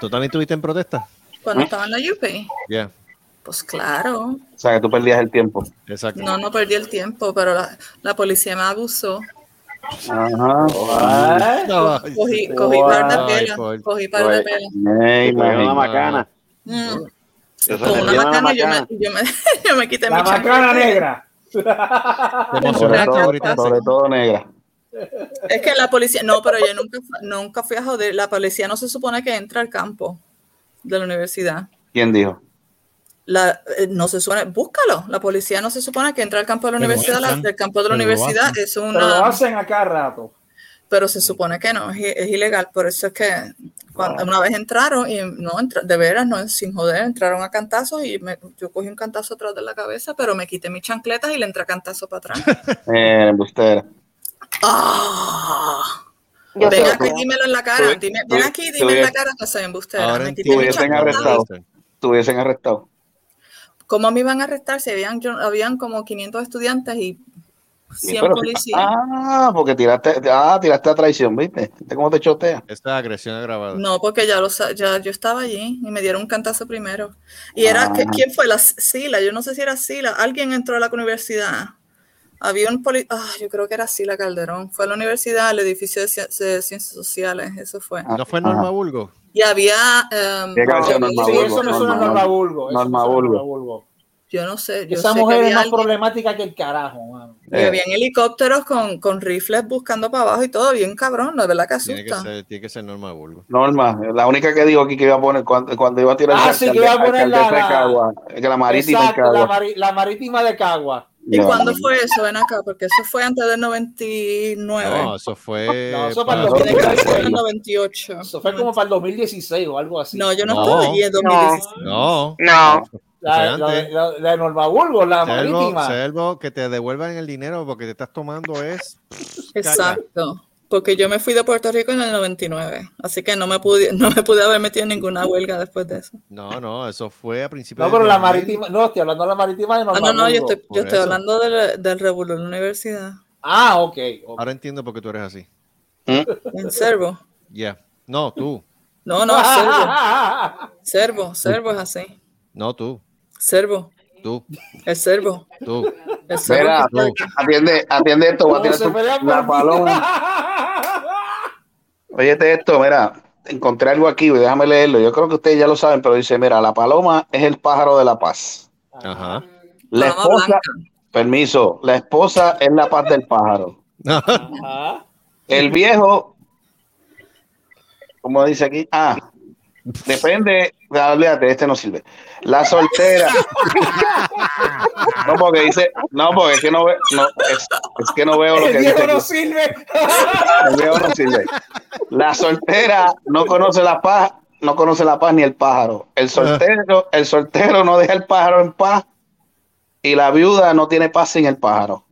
¿Tú también tuviste en protesta? Cuando estaba en la UP. Ya, Pues claro, O sea, que tú perdías el tiempo. exacto. no, no perdí el tiempo, pero la, la policía me abusó. Ajá. Ah, No, Cogí, cogí par de Ay, pelas, por- cogí par de Oye, pelas. me dio ey, imagínate. una macana. Mm. Eso se Con una llama macana yo macana. me, yo me, yo me quité La mi chaqueta. macana negra. Te Sobre emocionaste ahorita. todo, sobre todo negra. Es que la policía, no, pero yo nunca, fu- nunca fui a joder. La policía no se supone que entra al campo de la universidad. ¿Quién dijo? La, eh, no se supone, búscalo. La policía no se supone que entra al campo de la Pero universidad. la- hacen, el campo de la pero lo universidad hacen. es Pero lo una, hacen acá rato. pero se supone que no, es, i- es ilegal. Por eso es que cuando, una vez entraron y no, entra- de veras, no, sin joder, entraron a cantazos y me- yo cogí un cantazo atrás de la cabeza, pero me quité mis chancletas y le entré a cantazo para atrás. Eh, embustera. ¡Ah! Yo Ven sé, aquí, dímelo en la cara. Tuve- Dime, ven tuve- aquí, dime en la tuve- cara que soy embustera. Ahora Me quité mi tuviesen chancleta. arrestado. Te hubiesen arrestado. ¿Cómo me iban a arrestar si habían, yo- habían como 500 estudiantes y 100 Pero- policías? Ah, porque tiraste, ah, tiraste a traición, ¿viste? ¿Viste cómo te chotea? Esta agresión agravada. No, porque ya, lo, sa- ya yo estaba allí y me dieron un cantazo primero. Y era, ¿qué- Ah. ¿quién fue? La S- Sila, yo no sé si era Sila, alguien entró a la universidad. Había un poli, ah, yo creo que era Sila Calderón, fue a la universidad, al edificio de, cien- de ciencias sociales, eso fue. ¿No fue Norma Bulgo? Y había, em, ¿Qué canción, yo- Norma Sí, Bulgo? eso me suena a Norma- Norma Bulgo. eso me Norma suena a Bulgo. Norma Bulgo. yo no sé, yo Esa sé que mujer es había más alguien- problemática que el carajo, mano. Eh. Eh, Y habían helicópteros con, con rifles buscando para abajo y todo, bien cabrón, la verdad que Tiene que, asusta. ser, tiene que ser Norma Bulgo. Norma, la única que dijo aquí que iba a poner cuando, cuando iba a tirar Ah, al sí, alcalde- que iba a poner la- alcaldesa de la- Cagua, que la marítima de Exacto, la, Cagua. mari- la marítima de Cagua. ¿Y Ya. cuándo fue eso? Ven acá, porque eso fue antes del 99. No, eso fue. No, eso para para- los Tiene que haber sido fue- en el 98. Eso fue como para el 2016 o algo así. Ah, No, yo no, No. estaba allí en 2016. No. no. la, la, antes. la, la de Norma Bulgo, la Selvo, marítima. Selvo, que te devuelvan el dinero porque te estás tomando es. Exacto. Porque yo me fui de Puerto Rico en el 99. Así que no me pude, no me pude haber metido en ninguna huelga después de eso. No, no, eso fue a principios. No, pero la del 2000. marítima, no, estoy hablando de la marítima de Ah, Norma no, no, yo Bulgo. estoy, yo por estoy eso. hablando del, del revuelo en la universidad. Ah, ok. ok. Ahora entiendo por qué tú eres así. Un servo. Yeah. No, tú. No, no, servo. Servo, servo es así. No, tú. Servo. Tú. El servo. Tú. El servo. Ah, Mira, atiende, atiende esto, voy a ¿Cómo tirar se tu- pelean la por mí? paloma. Óyete esto, mira, encontré algo aquí, déjame leerlo. Yo creo que ustedes ya lo saben, pero dice, mira, la paloma es el pájaro de la paz. Ajá. La Paloma esposa, permiso, la esposa es la paz del pájaro. Ah. El viejo, como dice aquí, ah, depende, ah, olvídate, este no sirve. La soltera. No, porque dice, no, porque es que no, ve- no, es, es que no veo lo El que dice. viejo no aquí. sirve. El viejo no sirve. La soltera no conoce la paz, no conoce la paz ni el pájaro. Ah. El soltero, el soltero no deja el pájaro en paz y la viuda no tiene paz sin el pájaro.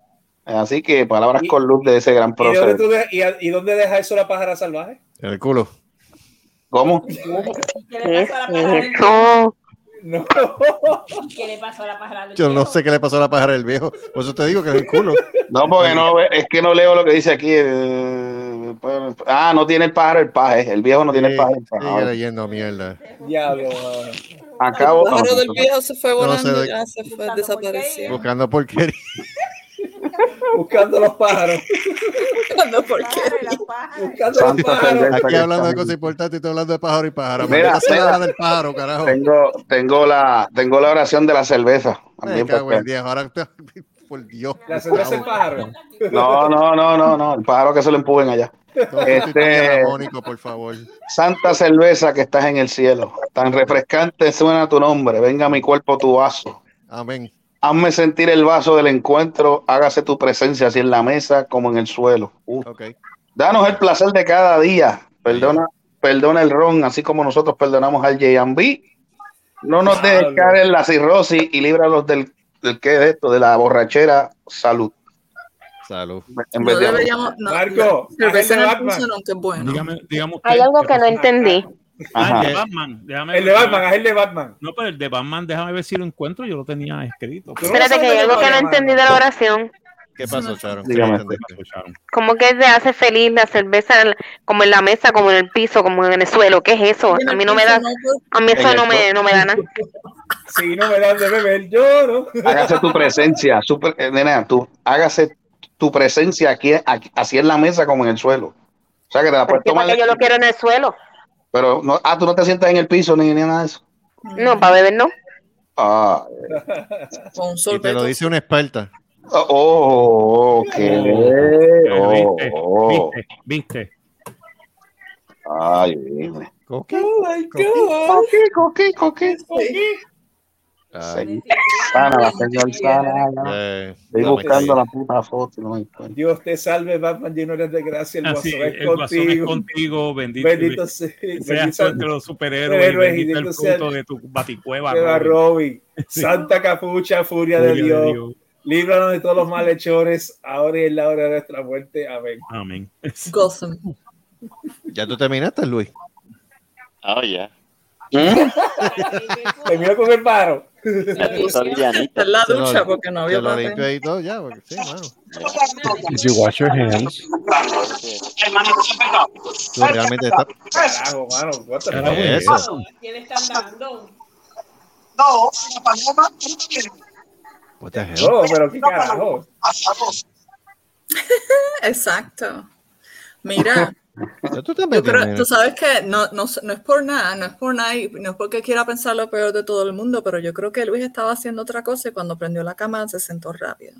Así que palabras con luz de ese gran ¿Y dónde, tú prócer. de- y a- y dónde deja eso la pájara salvaje? En el culo. ¿Cómo? ¿Qué es eso? No. ¿Qué le pasó a la pájara? Yo no sé qué le pasó a la pájara del viejo. Por eso te digo que es el culo. No, porque no ve- es que no leo lo que dice aquí. eh, pues, ah, no tiene el pájaro el paje. El viejo no tiene ah, el pájaro el Sigue pájaro. leyendo mierda. Diablo. Acabo. El pájaro del viejo se fue No volando, sé de- ya se fue, desapareció. Buscando porquería. Buscando los pájaros. Buscando porquería. Buscando los Santa pájaros. cerveza Aquí que hablando de estamos. cosas importantes y estoy hablando de pájaro y pájaro. Mira, Maldita sea la mira. hora del pájaro, carajo. Tengo, tengo, la, tengo la oración de la cerveza. Me También cago en porque- el viejo. Ahora, por Dios. La cerveza Ah, el pájaro. No, no, no, no, no. El pájaro que se lo empujen allá. No, Este, Mónico, por favor. Santa cerveza que estás en el cielo. Tan refrescante suena tu nombre. Venga a mi cuerpo tu vaso. Amén. Hazme sentir el vaso del encuentro. Hágase tu presencia así en la mesa como en el suelo. Uh. Ok. Danos el placer de cada día. Perdona, perdona el ron, así como nosotros perdonamos al JB. No nos dejes Diablo. caer en la cirrosis y líbralos del, del que de esto, de la borrachera salud. Salud. En No vez de- deberíamos. No, Marco, la cerveza en hazle el Batman. pulso no, que es bueno. Dígame, dígame usted. Hay algo que no entendí. Ah, el de Ajá. Batman. Déjame El de Batman, es el de Batman. No, pero el de Batman, déjame ver si lo encuentro. Yo lo tenía escrito. Tú no Espérate, que sabes hay de algo que no Batman. entendí de la oración. ¿Qué pasó, Sharon? ¿Qué Dígame. entendiste? ¿Cómo que te hace feliz la cerveza en- como en la mesa, como en el piso, como en el suelo? ¿Qué es eso? En A el mí no me pulso da, no, a mí eso En no el me, no me da nada. Si no me dan de beber, yo no. Hágase tu presencia, su pre- eh, nena, tú, hágase tu presencia aquí, aquí- así en la mesa como en el suelo. O sea que te la ¿Por puedes qué tomar, para que yo lo quiero en el suelo? pero no, ah, tú no te sientas en el piso ni, ni nada de eso. No, para beber no. Ah, Con Y te lo un sorbete. dice una experta. oh, oh, ok. Oh, Viste, oh. viste, viste. Ay, dime. Ok. Oh Uh, Coqui, coqui, coqui. Ah, Sana, señor, sana. ya. eh, pues, Estoy dame buscando que- la puta foto y no me encuentro. Dios te salve, Batman, lleno eres de gracia. El Así, guasón es el guasón es contigo. contigo, bendito, Bendito sea. seas Bendito tú sea. entre los superhéroes, y Héroes, bendito el bendito sea- fruto de tu baticueva. Lleva Robin. Robin. Santa capucha, furia de Gloria a Dios. Dios. Líbranos de todos los malhechores, ahora y en la hora de nuestra muerte. Amén. Amén. Gotham. Ya tú terminaste, Luis. Oh, ya. Termino con el paro. La cosa villanita. Está en la Se lo- ducha porque no Te había lo papel. limpio ahí y todo, ya. Porque, sí, mano. Did you wash your hands? Tú realmente estás. Carajo, mano. what the fuck. ¿Qué es eso? ¿Qué le están dando? What the hell? No, pero qué carajo. Exacto. Mira, Ya tú te yo metiste, creo- nena. tú sabes que no, no, no es por nada, no es por nada y no es porque quiera pensar lo peor de todo el mundo, pero yo creo que Luis estaba haciendo otra cosa y cuando prendió la cámara se sentó rápido.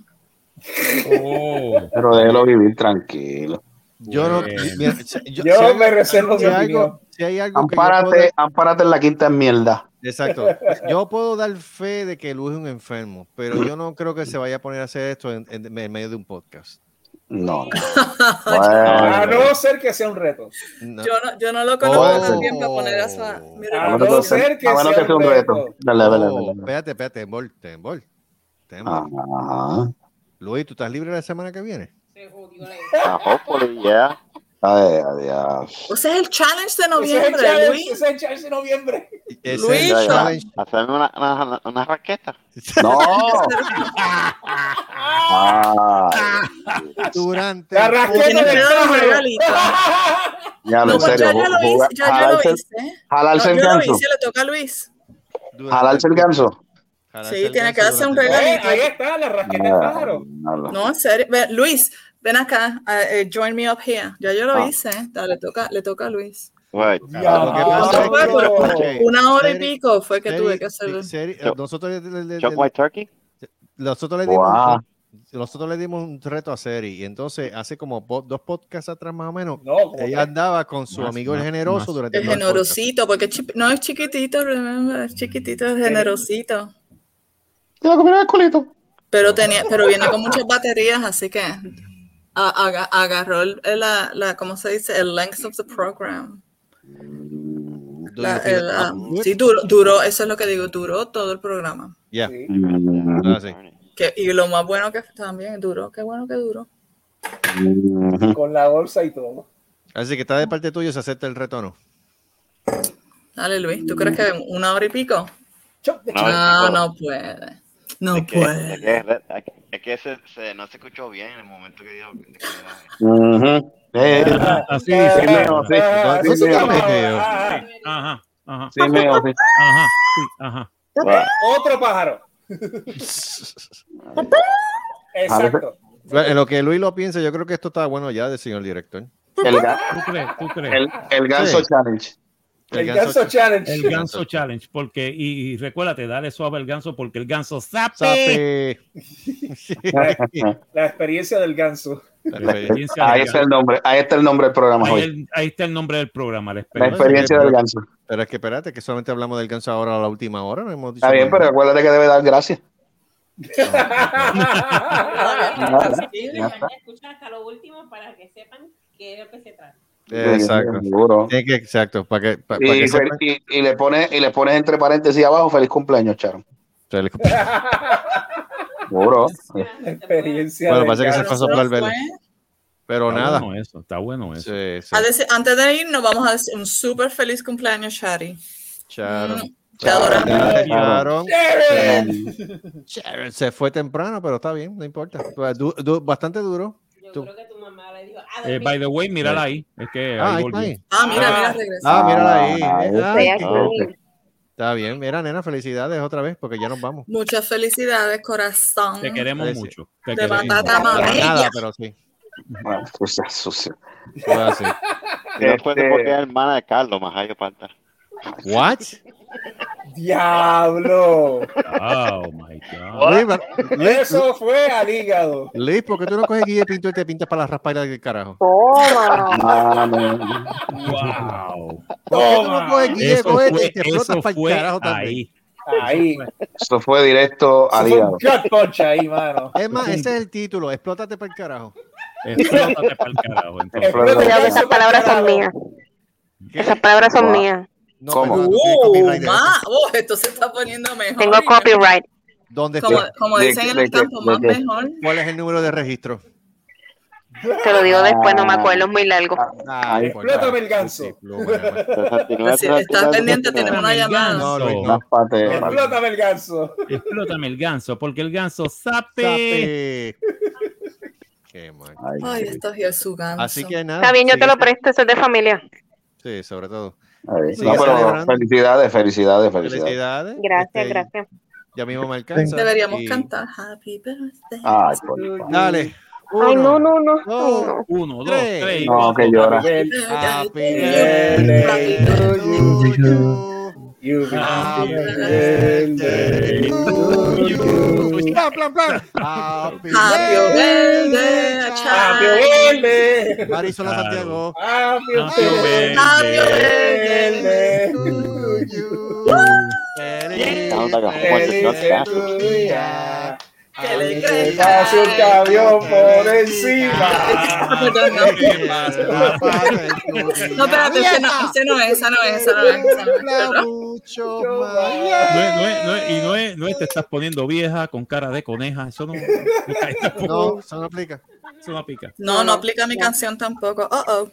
Oh, Pero déjelo vivir tranquilo. Yo no. Bueno. mira, si- yo- Yo si hay- me reservo si mi hay opinión. algo- Si hay algo que yo pueda- Ampárate, ampárate en la quinta enmienda. Exacto. Yo puedo dar fe de que Luis es un enfermo, pero yo no creo que se vaya a poner a hacer esto en, en- en medio de un podcast. No, no. A Bueno. no ser que sea un reto. No. Yo no, yo no lo conozco Oh. tan bien para poner a esa. Mira, Ah, A no, no menos que ser que a menos sea que sea un un reto. reto. Dale, dale, Oh, dale, Ah. dale. espérate, espérate, tembol, tembol, tembol. Ajá. Luis, ¿tú estás libre la semana que viene? Se jodió la Ah, hopefully, yeah. Ay, adiós. Ese es el challenge de Ese es el noviembre, challenge, ese Luis. es el challenge de noviembre. Ese Luis, es Ya, ya. el challenge. Hacerme una, una, una raqueta. No. Ah. Durante. La rasqueta de Ya, No, en pues serio. ya yo lo jugar- hice, ya yo lo jalarse- hice. jalarse No, el yo lo ganso. hice, le toca a Luis. Jalarse el ganso. Sí, tiene que darse un regalito. Eh, Ahí está, la rasqueta de pájaro. No, en serio. Ve, Luis, ven acá. ah, eh, join me up here. Ya yo lo Ah. hice. Dale, le toca, le toca a Luis. Right. Lo que pasa es que- Escuche, Una hora y Seri- pico fue que Seri- tuve que hacerlo. Seri- Yo- nosotros le- le- le- Chuck le- White Turkey. Nosotros le dimos, Wow. nosotros le dimos un reto a Seri y entonces hace como po- dos podcasts atrás más o menos, No, como ella tres. andaba con su Más, amigo el más, generoso más. durante El todo el podcast. generosito, porque es chi- no es chiquitito, remember, es chiquitito, es generosito. Te lo comieron el culito. Pero, tenía, pero viene con muchas baterías, así que a- aga- agarró el- la, la, ¿cómo se dice? El length of the program. La- feel el, ah, awkward? sí, duró, duró, eso es lo que digo, duró todo el programa. Yeah. Ah, sí. Que, y lo más bueno que también duró, qué bueno que duró. Con la bolsa y todo. Así que Mm. está de parte tuya, se acepta el reto, o ¿no? Dale, Luis, ¿tú crees que en una hora y pico? hora No, y no puede. No Es que, puede. es que, es que se, se- no se escuchó bien en el momento que dijo. Ujú. Eh, Así sí, dice. mío, sí. Ah, Sí, eso mío. está medio. Ajá, ajá. Sí, mío, sí. Ajá, sí, ajá. Otro pájaro. Exacto. Bueno, En lo que Luis lo piensa, yo creo que esto está bueno ya del señor director. El, ga- ¿Tú crees? ¿Tú crees? el, el ganso Sí. challenge. El ganso challenge. El ganso challenge, porque, y, y recuérdate, dale suave al ganso, porque el ganso zape. Sape. La experiencia del ganso. La experiencia Ahí del está el nombre, ahí está el nombre del programa Ahí, hoy. el- ahí está el nombre del programa, la La experiencia. experiencia del ganso. Pero es que espérate, que solamente hablamos del ganso ahora a la última hora. No hemos dicho Está bien, nada. pero acuérdate que debe dar gracias. Deberían de escuchar hasta lo último para que sepan qué es lo que se trata. Eh, Exacto. Seguro. Es que- exacto, para que, pa- pa' Y, que sepan. y- y le pones y le pones entre paréntesis abajo feliz cumpleaños, Charo. Feliz Seguro. La experiencia Bueno, del pasa que se ganso. pasó por el Vélez. Pero Está nada. bueno eso, está bueno eso. Sí, sí. A decir- antes de ir, nos vamos a decir un súper feliz cumpleaños, Shari. Charon. mm, Te adoramos. Charon. Charon. Charon. Charon. Se fue temprano, pero está bien, no importa. Pues, Du- du- bastante duro. Tú- Eh, by the way, mírala ahí. Es que Ah, ahí ahí volvió. está ahí. Ah, mira, mira, regresa. Ah, mírala ahí. Ah, Eh, ahí está. ay, qué- Ok. Está bien, mira, nena, felicidades otra vez porque ya nos vamos. Muchas felicidades, corazón. Te queremos Parece- mucho. Te De queremos. batata Para mamey. nada, pero sí. Bueno, pues sucia, sucia. Fue así. Después de Este- porque es hermana de Carlos, más allá falta. What? Diablo. Oh my God. Luis, va- Luis, Eso fue al hígado. Luis, ¿por qué tú no coges guía de pintor y te pintas para las raspailas del carajo? Toma. Ah, Mano. Wow. ¿Por qué tú no coges guía de Eso cohete fue, y este, te eso flotas para el fue carajo también? ahí. Ahí. Eso fue directo Eso al fue un hígado. gut punch ahí, mano. Es más, ese es el título, explótate para el carajo. Explótate para el carajo. Entonces. Explótate Explótate pa'l Esas eso palabras pa'l son carajo. mías. ¿Qué? Esas palabras son Wow. mías. No, ¿Cómo? perdona, tú tienes copyright Uh, de ma, eso. oh, esto se está poniendo mejor. Tengo copyright. ¿Dónde Como, está? como De- dicen en de el que- campo, de más que- mejor. ¿Cuál es el número de registro? Te lo digo después, no me acuerdo, es muy largo. Ah, Ahí. por Explótame favor. el ganso. Sí, pluma, mamá. Si estás pendiente, tenemos una No, llamada. Luis, no. Más pate, pate. Explótame el ganso. Explótame el ganso, porque el ganso zape. Sape. Qué mal. Ay, Ay, esto es su ganso. Así que nada. Está bien, yo te sigue- lo presto, eso es de familia. Sí, sobre todo. ay. Sí, No, pero celebrando. felicidades, felicidades, felicidades. Felicidades. Gracias, Este, gracias. Ya mismo me alcanza. Deberíamos y- Ah, cantar Happy Birthday. Ay, por favor. Dale. Ay, no, Uno, no, no. Ay, dos, no. Uno, dos, Tres. tres. No, cuatro, que llora. Happy birthday birthday to you. Ah, You Happy birthday birthday to you. Plan, plan, plan. Happy Happy birthday, Happy child. Ah, birthday. Marisola Claro. Santiago. Ah, Happy Happy birthday. birthday. to you. Feliz, Vamos a sacar feliz fotos, de ¿no? tu día. Que le Que caiga. pase un camión por encima. Perdón, no. No, espérate, ese no, ese no es, esa no es, esa no es. esa no es, ¿verdad? mucho No es- no es- no es- y no es, no es, te estás poniendo vieja con cara de coneja. Eso no, eso No, eso no aplica. no pica. No, no aplica mi canción tampoco. Oh, oh.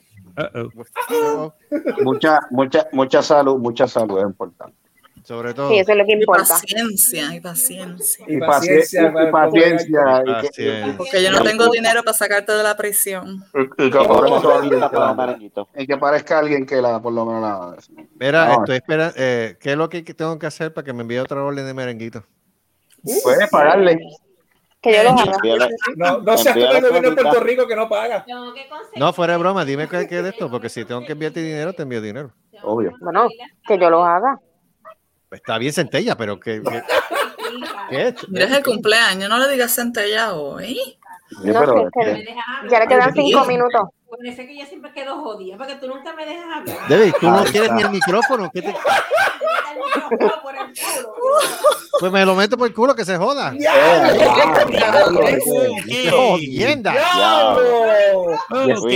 Uh-oh. Mucha, mucha, mucha salud, mucha salud es importante. sobre todo. Sí, eso es lo que importa. paciencia, y paciencia. Y paciencia, y paciencia. y que- Paciencia. Porque yo no tengo dinero para sacarte de la prisión. Y que aparezca alguien que la- y que parezca alguien que la, por lo menos la. Mira, Ah, estoy esperando. ¿Qué es lo que tengo que hacer para que me envíe otra orden de merenguito? Uh. Puedes pagarle. Que yo los No, no seas tú del gobierno de Puerto Rico que no paga. No, fuera de broma, dime qué qué es de esto, porque si tengo que enviarte dinero, te envío dinero. Obvio. Bueno, que yo los haga. Está bien centella, pero que. que- ¿Qué es? Mira, es el cumpleaños, no le digas centella Eh, hoy. No, pero- sí, este- es que ya le quedan cinco minutos. Parece que yo siempre quedo jodida porque tú nunca me dejas hablar. Debbie, tú no Ahí quieres está. ni el micrófono. ¿qué te- Por el culo. Pues me lo meto por el culo que se joda. Eh, ah, ¡Qué jodienda! Este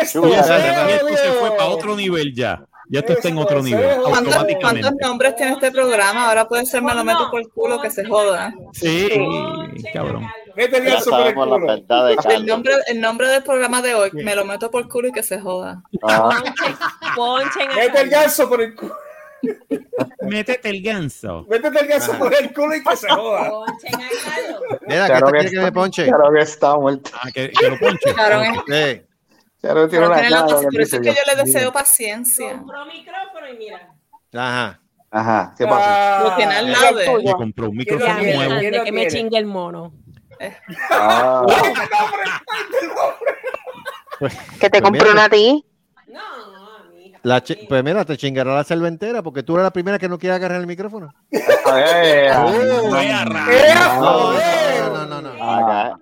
Esto, esto se fue para otro nivel ya. Ya esto está en otro nivel, ¿Cuántos, cuántos automáticamente. nombres tiene este programa? Ahora puede ser me lo meto por el culo que se joda. Sí, cabrón. Ya sabemos la verdad de El Carlos. nombre, el nombre del programa de hoy, me lo meto por el culo y que se joda. Ah, Ponchen a Mete el Carlos. ganso por el culo. Métete el ganso. Métete el ganso Ajá. por el culo y que se joda. Ponchen a Carlos. Mira, ¿qué Claro te que quiere que está- me ponche? Claro que está muerto. Ah, que, lo ponche. Claro, eh. Sí. Claro, tiene Pero una tiene la cara paciencia, que por eso es que dice, yo le Dios mío. deseo paciencia. Compró micrófono y mira. Ajá. Ajá, ¿qué pasó? Ah, Lo tiene al lado de él. Le compró un micrófono Antes nuevo. de que me quiere? chingue el mono. Ah, Que Pues te compré mira, una a ti. La chi- pues mira, te chingará la selva entera porque tú eres la primera que no quiere agarrar el micrófono. eh, No, no, no, no, no. Ah.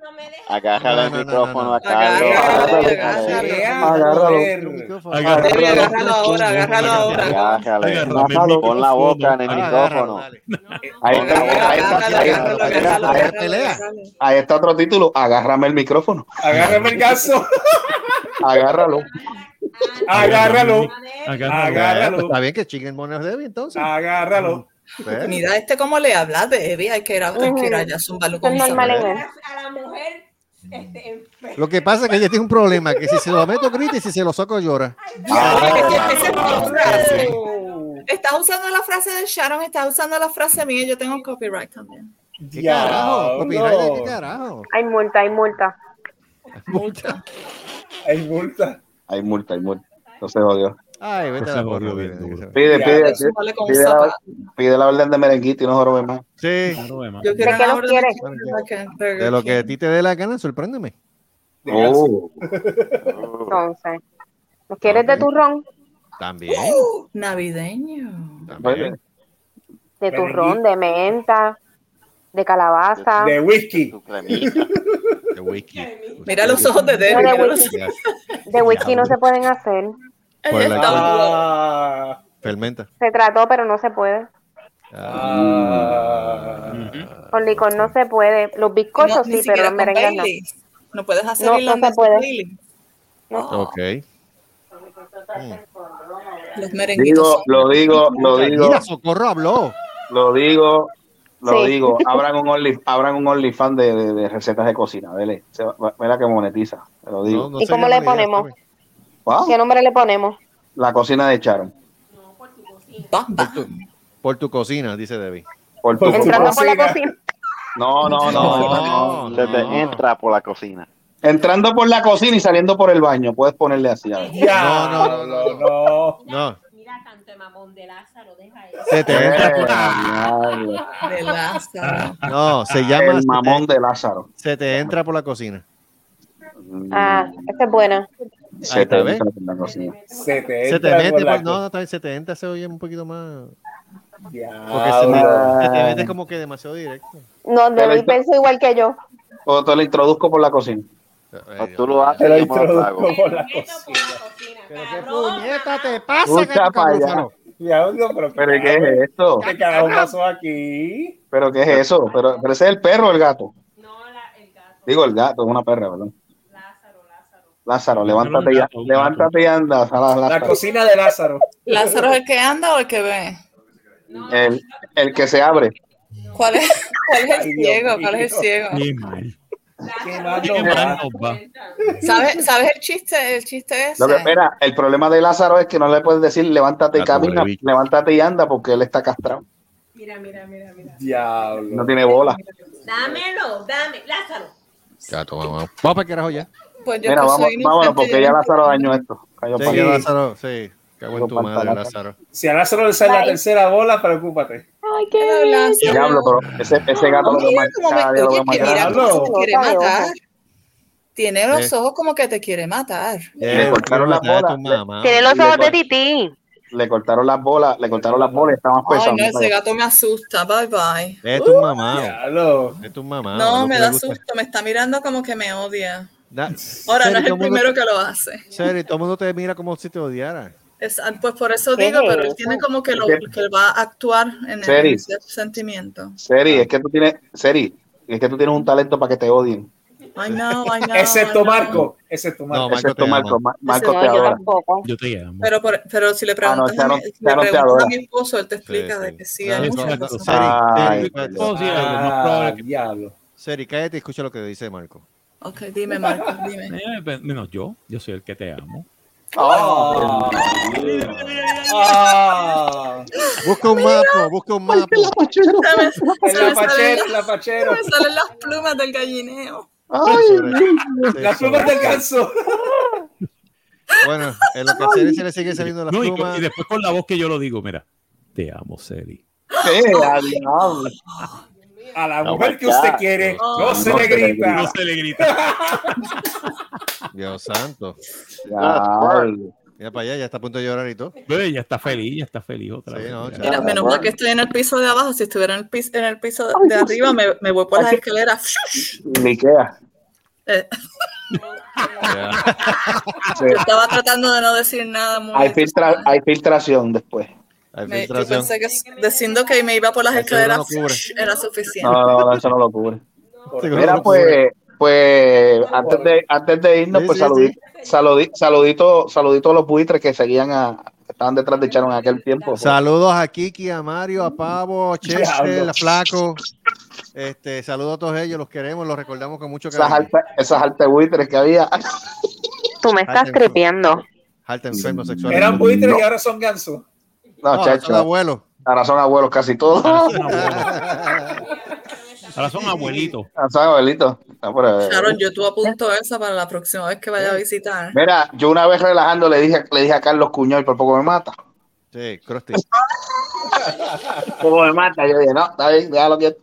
aga- Agarra el micrófono a Agárralo, Carlos. Agárralo. Debe agárralo ahora, agárralo ahora. Agárralo. Pon la boca en el micrófono. Ahí está, ahí está, ahí está, Agárralo, ahí está, agárralo, ahí agárralo, está. agárralo. Ahí está otro título. Agárrame el micrófono. Agárrame el ganso. Agárralo. Agárralo. Agárralo. Agárralo. Pues está bien que chinguen monos de entonces. Agárralo. ¿Eh? Pues, Mira este cómo le habla de Evi, hay que ir a, hay que ir allá a zumbarlo con Esto es normal en esa- él. A la mujer. Este, enferma. Lo que pasa es que ella tiene un problema, que si se lo meto grita y si se lo saco llora. Ah. Oh. Estás usando la frase de Sharon, estás usando la frase mía, yo tengo copyright también. ¿Qué carajo? Copyright de ¿Qué carajo? Hay multa, hay multa. Multa. Hay multa. Hay multa, hay multa. Entonces jodió. Ay, vete a la porra. mira, que se- Pide, Ya, pide, eso vale con pide, la, zapato. pide la orden de merenguito y no jorobe más. Sí, Yo quiero ¿De qué una los orden quieres? de- Ok, de lo que a ti te dé la gana, sorpréndeme. Oh. Entonces, ¿los quieres de turrón? También, Uh, "Uh, Navideño. también. De turrón, de menta, de calabaza. De whisky. Tu cremita. De whisky. Mira los ojos de Debbie. No, de mira los- whisky. De whisky no se pueden hacer. Por la- Ah, Fermenta. Se trató, pero no se puede. ah. Con licor no se puede. Los No, bizcochos ni sí, pero siquiera los con merengues no. Baileys. No puedes hacer No, no se irlandés con puede. Baileys. Oh. Ok. Los merenguitos Digo, lo digo, lo digo, Mm. Mira, Socorro habló. lo digo, lo Sí. digo. Abran un Only, abran un OnlyFans de, de, de recetas de cocina, dele. Se va- Mira que monetiza, te lo digo. No, no ¿Y sé cómo qué le mala idea, ponemos? Fabi. Wow, ¿Qué nombre le ponemos? La cocina de Charon. son- Bam, bam. Por tu cocina, dice Debbie. Por tu- Entra- Entrando por la cocina. cocina. no, no, no, no, no. Se te entra por la cocina. Entrando por la cocina y saliendo por el baño, puedes ponerle así. a ver. No, Ya. no, no, no. No, Mira, tanto de mamón de Lázaro, deja eso. se te Eh, entra por- diablo. De Lázaro. No, se llama. El mamón de Lázaro. Se te entra por la cocina. Ah, esta es buena. Mm, Se te está, ¿ves? entra por la cocina. Se te Se te entra mete por la por. No, no, también se te entra, se oye un poquito más. co- Porque se, Diablo. te, se te mete como que demasiado directo. No, Pero Debbie ento- pensó igual que yo. O te lo introduzco por la cocina. O Ah, tú lo haces, Te lo yo me lo trago. introduzco por la Meto por cocina. la cocina, Pero qué cabrón. puñeta te Tú pasa, chapa gato cabrón, ya. falo. Diablo, pero ¿Pero qué es esto? ¿Qué carajo pasó aquí? ¿Pero qué es eso? ¿Pero, pero ese es el perro o el gato? No, la, el gato. Digo, el gato, es una perra, perdón. Lázaro, Lázaro. Lázaro, levántate un y, gato, un gato. levántate y anda. Lázaro, La Lázaro. cocina de Lázaro. ¿Lázaro es el que anda o el que ve? No, El, el que se abre. ¿Cuál es, cuál es el Ay, Dios ciego? ¿Cuál es el mío. ciego? Qué mal. Qué Qué mal malo nos va. ¿Sabes, ¿Sabes el chiste? El chiste es. Lo que- mira, el problema de Lázaro es que no le puedes decir levántate y camina, levántate y anda porque él está castrado. Mira, mira, mira, mira. Diablo. No tiene bola. Dámelo, dame, Lázaro. Gato, vamos. Vamos para carajo ya. Pues Mira, vamos, vámonos porque ya Lázaro dañó esto. Cayó Sí, para- ya Lázaro, sí. Cago en tu Pantalón. madre, Lázaro. Si a Lázaro le sale la tercera bola, preocúpate. Ay, qué Ya hablo, pero ese, ese gato lo veo Mira más cómo cada me- día lo oye, veo más que mira grande. cómo se te quiere matar. Tiene los Sí. ojos como que te quiere matar. Eh, Le cortaron las Mira, bolas. tu Ah, le- Tiene los le ojos de cort- Titi. Le cortaron las bolas, le cortaron las bolas y está más pesado. Ay, no, ese gato me asusta. Bye bye. Es tu mamá. Diablo. Es tu mamá. Uh. oh, No, me te da gusta. susto. Me está mirando como que me odia. Da- Ahora Seri, no todo es el mundo- primero que lo hace. Seri, todo el mundo te mira como si te odiara. Es- pues por eso ¿Qué digo, es pero él eso? tiene como que lo ¿Qué? que va a actuar en, el, Seri. ese sentimiento. Seri, es que tú tienes, Seri, es que tú tienes un talento para que te odien. I know, I know, I Excepto know. Marco. Excepto Marco. Excepto Marco. Ma- Marco Ese- te no, yo adora. Yo te llamo. Pero, por- pero si le Ah, no, preguntas, Sharon- a, mi, le Sharon te preguntas adora. a mi esposo, él te explica de que sí, hay muchas Exacto, cosas. Seri, Ay, Seri, perdón. ¿puedo decir algo? Lo más Ah, probable es que- diablo. Seri, cállate y escucha lo que dice Marco. Ok, dime, Marco, dime. Eh, pe- menos yo, yo soy el que te amo. Oh. Ah. Busca un mapa, busca un mapa. Se El me- se me lapachero, salen- lapachero. se me salen las plumas del gallineo. Las plumas del ganso. Bueno, en lo que a Seri se le sigue saliendo las No, y, con- plumas. y después con la voz que yo lo digo, mira, te amo, Seri. A la No, mujer que ya. usted quiere, No, no se le grita. No se le grita. Dios santo. Ya. Mira para allá, ya está a punto de llorar y todo. Ve, ya está feliz, ya está feliz otra vez. no, Ya. Mira, menos mal que estoy en el piso de abajo. Si estuviera en el piso, en el piso de arriba, me, me voy por las escaleras. Ni queda. Eh, Sí. Yo estaba tratando de no decir nada muy. Hay, filtra- hay filtración después. Hay Me- yo pensé que s- diciendo que me iba por las Eso no escaleras lo cubre. era suficiente. No, no, no, eso no lo cubre. Seguro Mira, lo pues, pues antes, de, antes de irnos, Sí, pues sí, saludi- saludi- saludito, saludito a los buitres que seguían a, que estaban detrás de Charon en aquel tiempo. Saludos a Kiki, a Mario, a Pavo, a Chester, Diablo. a Flaco. Este, saludos a todos ellos, los queremos, los recordamos con mucho Esas cariño. altas, esas altas buitres que había. Tú me Ah, estás te- tripeando. Alta enfermo sexual. Eran buitres No. y ahora son gansos. No, No, chacho. son abuelos. Ahora son abuelos casi todos. Ahora son abuelitos. Ahora Ah, son abuelitos. No, pero, eh, Sharon, yo tú apunto esa para la próxima vez que vaya a visitar. Mira, yo una vez relajando le dije, le dije a Carlos Cuñón y por poco me mata. Sí, Crusty. Poco me mata. Yo dije, no, está bien, déjalo quieto.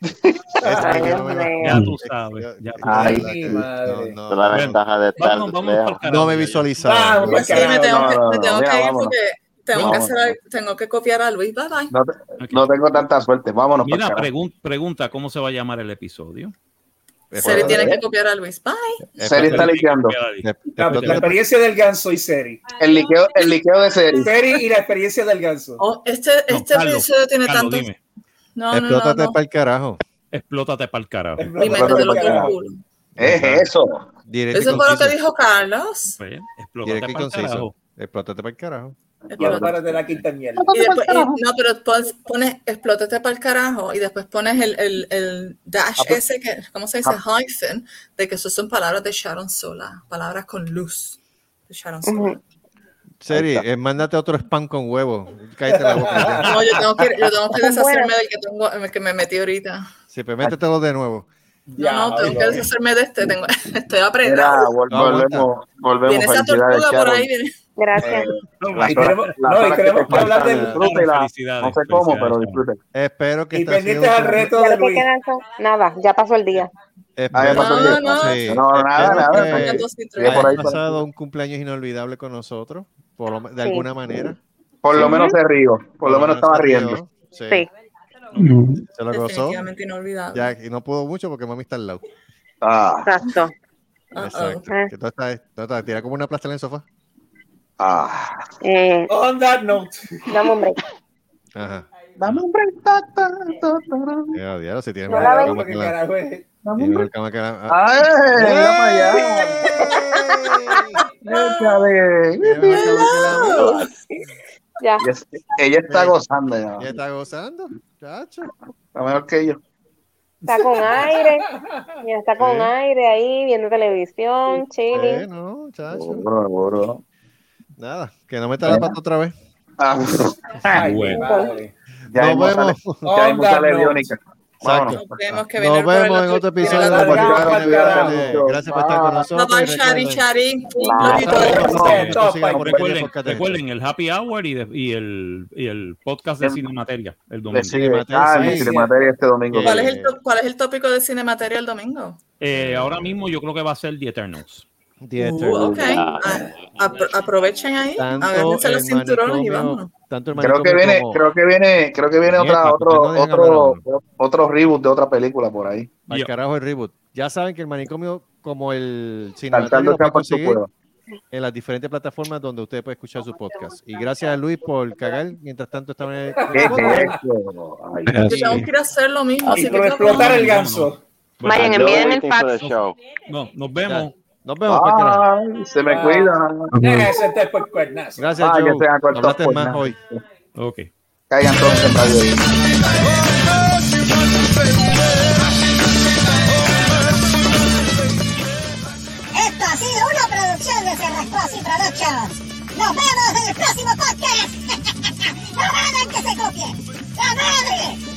Este, Ya tú sabes. Ya tú Ay, sabes. sí, madre. Esa es la ventaja de estar. Vámonos, vámonos lejos. para el carajo. No me visualizaba. Vamos, Sí, me tengo Pues No, que, no, me no, tengo mira, que ir vámonos. porque tengo que, Vámonos. hacer, al- tengo que copiar a Luis. Bye bye. No, te- no tengo tanta suerte. Vámonos para Mira, el carajo. pregun- pregunta cómo se va a llamar el episodio. Seri tiene que copiar a Luis. Bye. Seri está liqueando. La, la experiencia del ganso y Seri. El liqueo, el liqueo de Seri. Seri y la experiencia del ganso. Oh, este este Carlos, episodio tiene Carlos, tantos. dime. No, no, no. no. para el carajo. Explótate para el carajo. Eh, Y métetelo por el culo. Es eso. Este Directo y Eso fue lo que conciso. dijo Carlos. Pues, Directo Explótate y para el conciso. carajo. Explótate para el carajo. Para de la quinta mierda. Y después, y- no, pero pon- pones explótate para el carajo y después pones el, el, el dash Ah, pues- ese que, ¿cómo se dice? Hyphen, de que eso son palabras de Sharon Sola, palabras con luz de Sharon Sola. Seri, eh, mándate otro spam con huevo. Cállate la boca. ya. No, yo tengo que, yo tengo que Son deshacerme buenas. del que, tengo, el que me metí ahorita. Sí, pues métetelo de nuevo. No, no, tengo que deshacerme de este, tengo, estoy Mira, apretado. vol- No, aguanta. volvemos, volvemos. Viene esa Felicidades, tortuga por Sharon. ahí. Viene. Gracias. Las Y horas- tenemos- las no, y horas que tenemos te que hablar faltan, del- disfrútela. No Felicidades, sé cómo, felicidades, pero Sharon. disfruten. Espero que Y esté haciendo pendientes al un- reto Ya de lo que Luis. quedan son- Nada, ya pasó el día. Ah, ya Espero, pasó el No, día. no. sí, No, nada, espero nada, que tranquilo. Sigue hayas por ahí, por pasado un cumpleaños inolvidable con nosotros, por lo- de Sí. alguna manera. Por lo menos se río. Por lo menos estaba se riendo. Sí, Sí. se lo gozó. Definitivamente inolvidable. Ya, y no pudo mucho porque mami está al lado. Ah, Exacto. Uh-oh. Exacto. Ah. Que tú estás, tú estás tirada como una plástica en el sofá. ah. Eh, On that note. dame un break. Ajá. Dame un break. ta, ta, ta, ta. Ya, diablo, si tiene No mejor la cama ¿Qué que la- carajo es? tiene mejor cama que la- ah, Ay, mira para allá. Échale. tiene mejor cama que la mía. Ya. Ella es- Ella está gozando. ya. Ya está gozando, chacho. Está mejor que yo. Está con aire. Mira, está con aire ahí, viendo televisión, chilling. Eh, no, chacho. Seguro, seguro. Nada, que no meta la pata otra vez. Ah, Ay, bueno. madre. Ya Nos mismo sale- vemos. ya mismo Exacto. sale Leónica. Vámonos. Nos Tenemos que venir por el vemos en otro episodio de la Nos vemos Guardiana para el Navidad. carajo. Gracias por estar con Bye nosotros. bye, y recuerden- Shari, Shari. Ah, Eh, esto sigue por Recuerden, Podcast Adentro. recuerden el happy hour y, de- y el, y el podcast de Cinemateria el Le domingo. sigue. Ah, el Cinemateria este Eh, domingo. ¿Cuál es, el to- ¿Cuál es el tópico de Cinemateria el domingo? Eh, ahora mismo yo creo que va a ser The Eternals. The Uh, ok. Ah, apro- aprovechen ahí, Tanto agárrense los el cinturones y manicomio- vámonos. Tanto el Creo que manicomio viene, como- creo que viene, creo que viene Mierda, otra, ¿por qué otro, no dejan otro, otro reboot de otra película por ahí. Al carajo el reboot. Ya saben que el manicomio, como el Saltando cinematorio, lo puede chapas tú conseguir puedas. en las diferentes plataformas donde usted puede escuchar su podcast. Y gracias a Luis por cagar mientras tanto estaba en el. ¿Qué es esto? Ay, Yo tengo que ir a hacer lo Ah, mismo. Y así por que- explotar el ganso. Vayan, Yo envíen el waiting fax. for the show. No, nos vemos. Nos vemos, Ay, cuéntala. se me cuida. Deja ese tipo de cuernazo. Gracias, Ay, Joe. que sea corto, Hablaste pues, más nada. hoy. Ok. Caigan todos en radio. Esto ha sido una producción de Cerrascos y Productions. Nos vemos en el próximo podcast. no hagan que se copie. ¡La madre!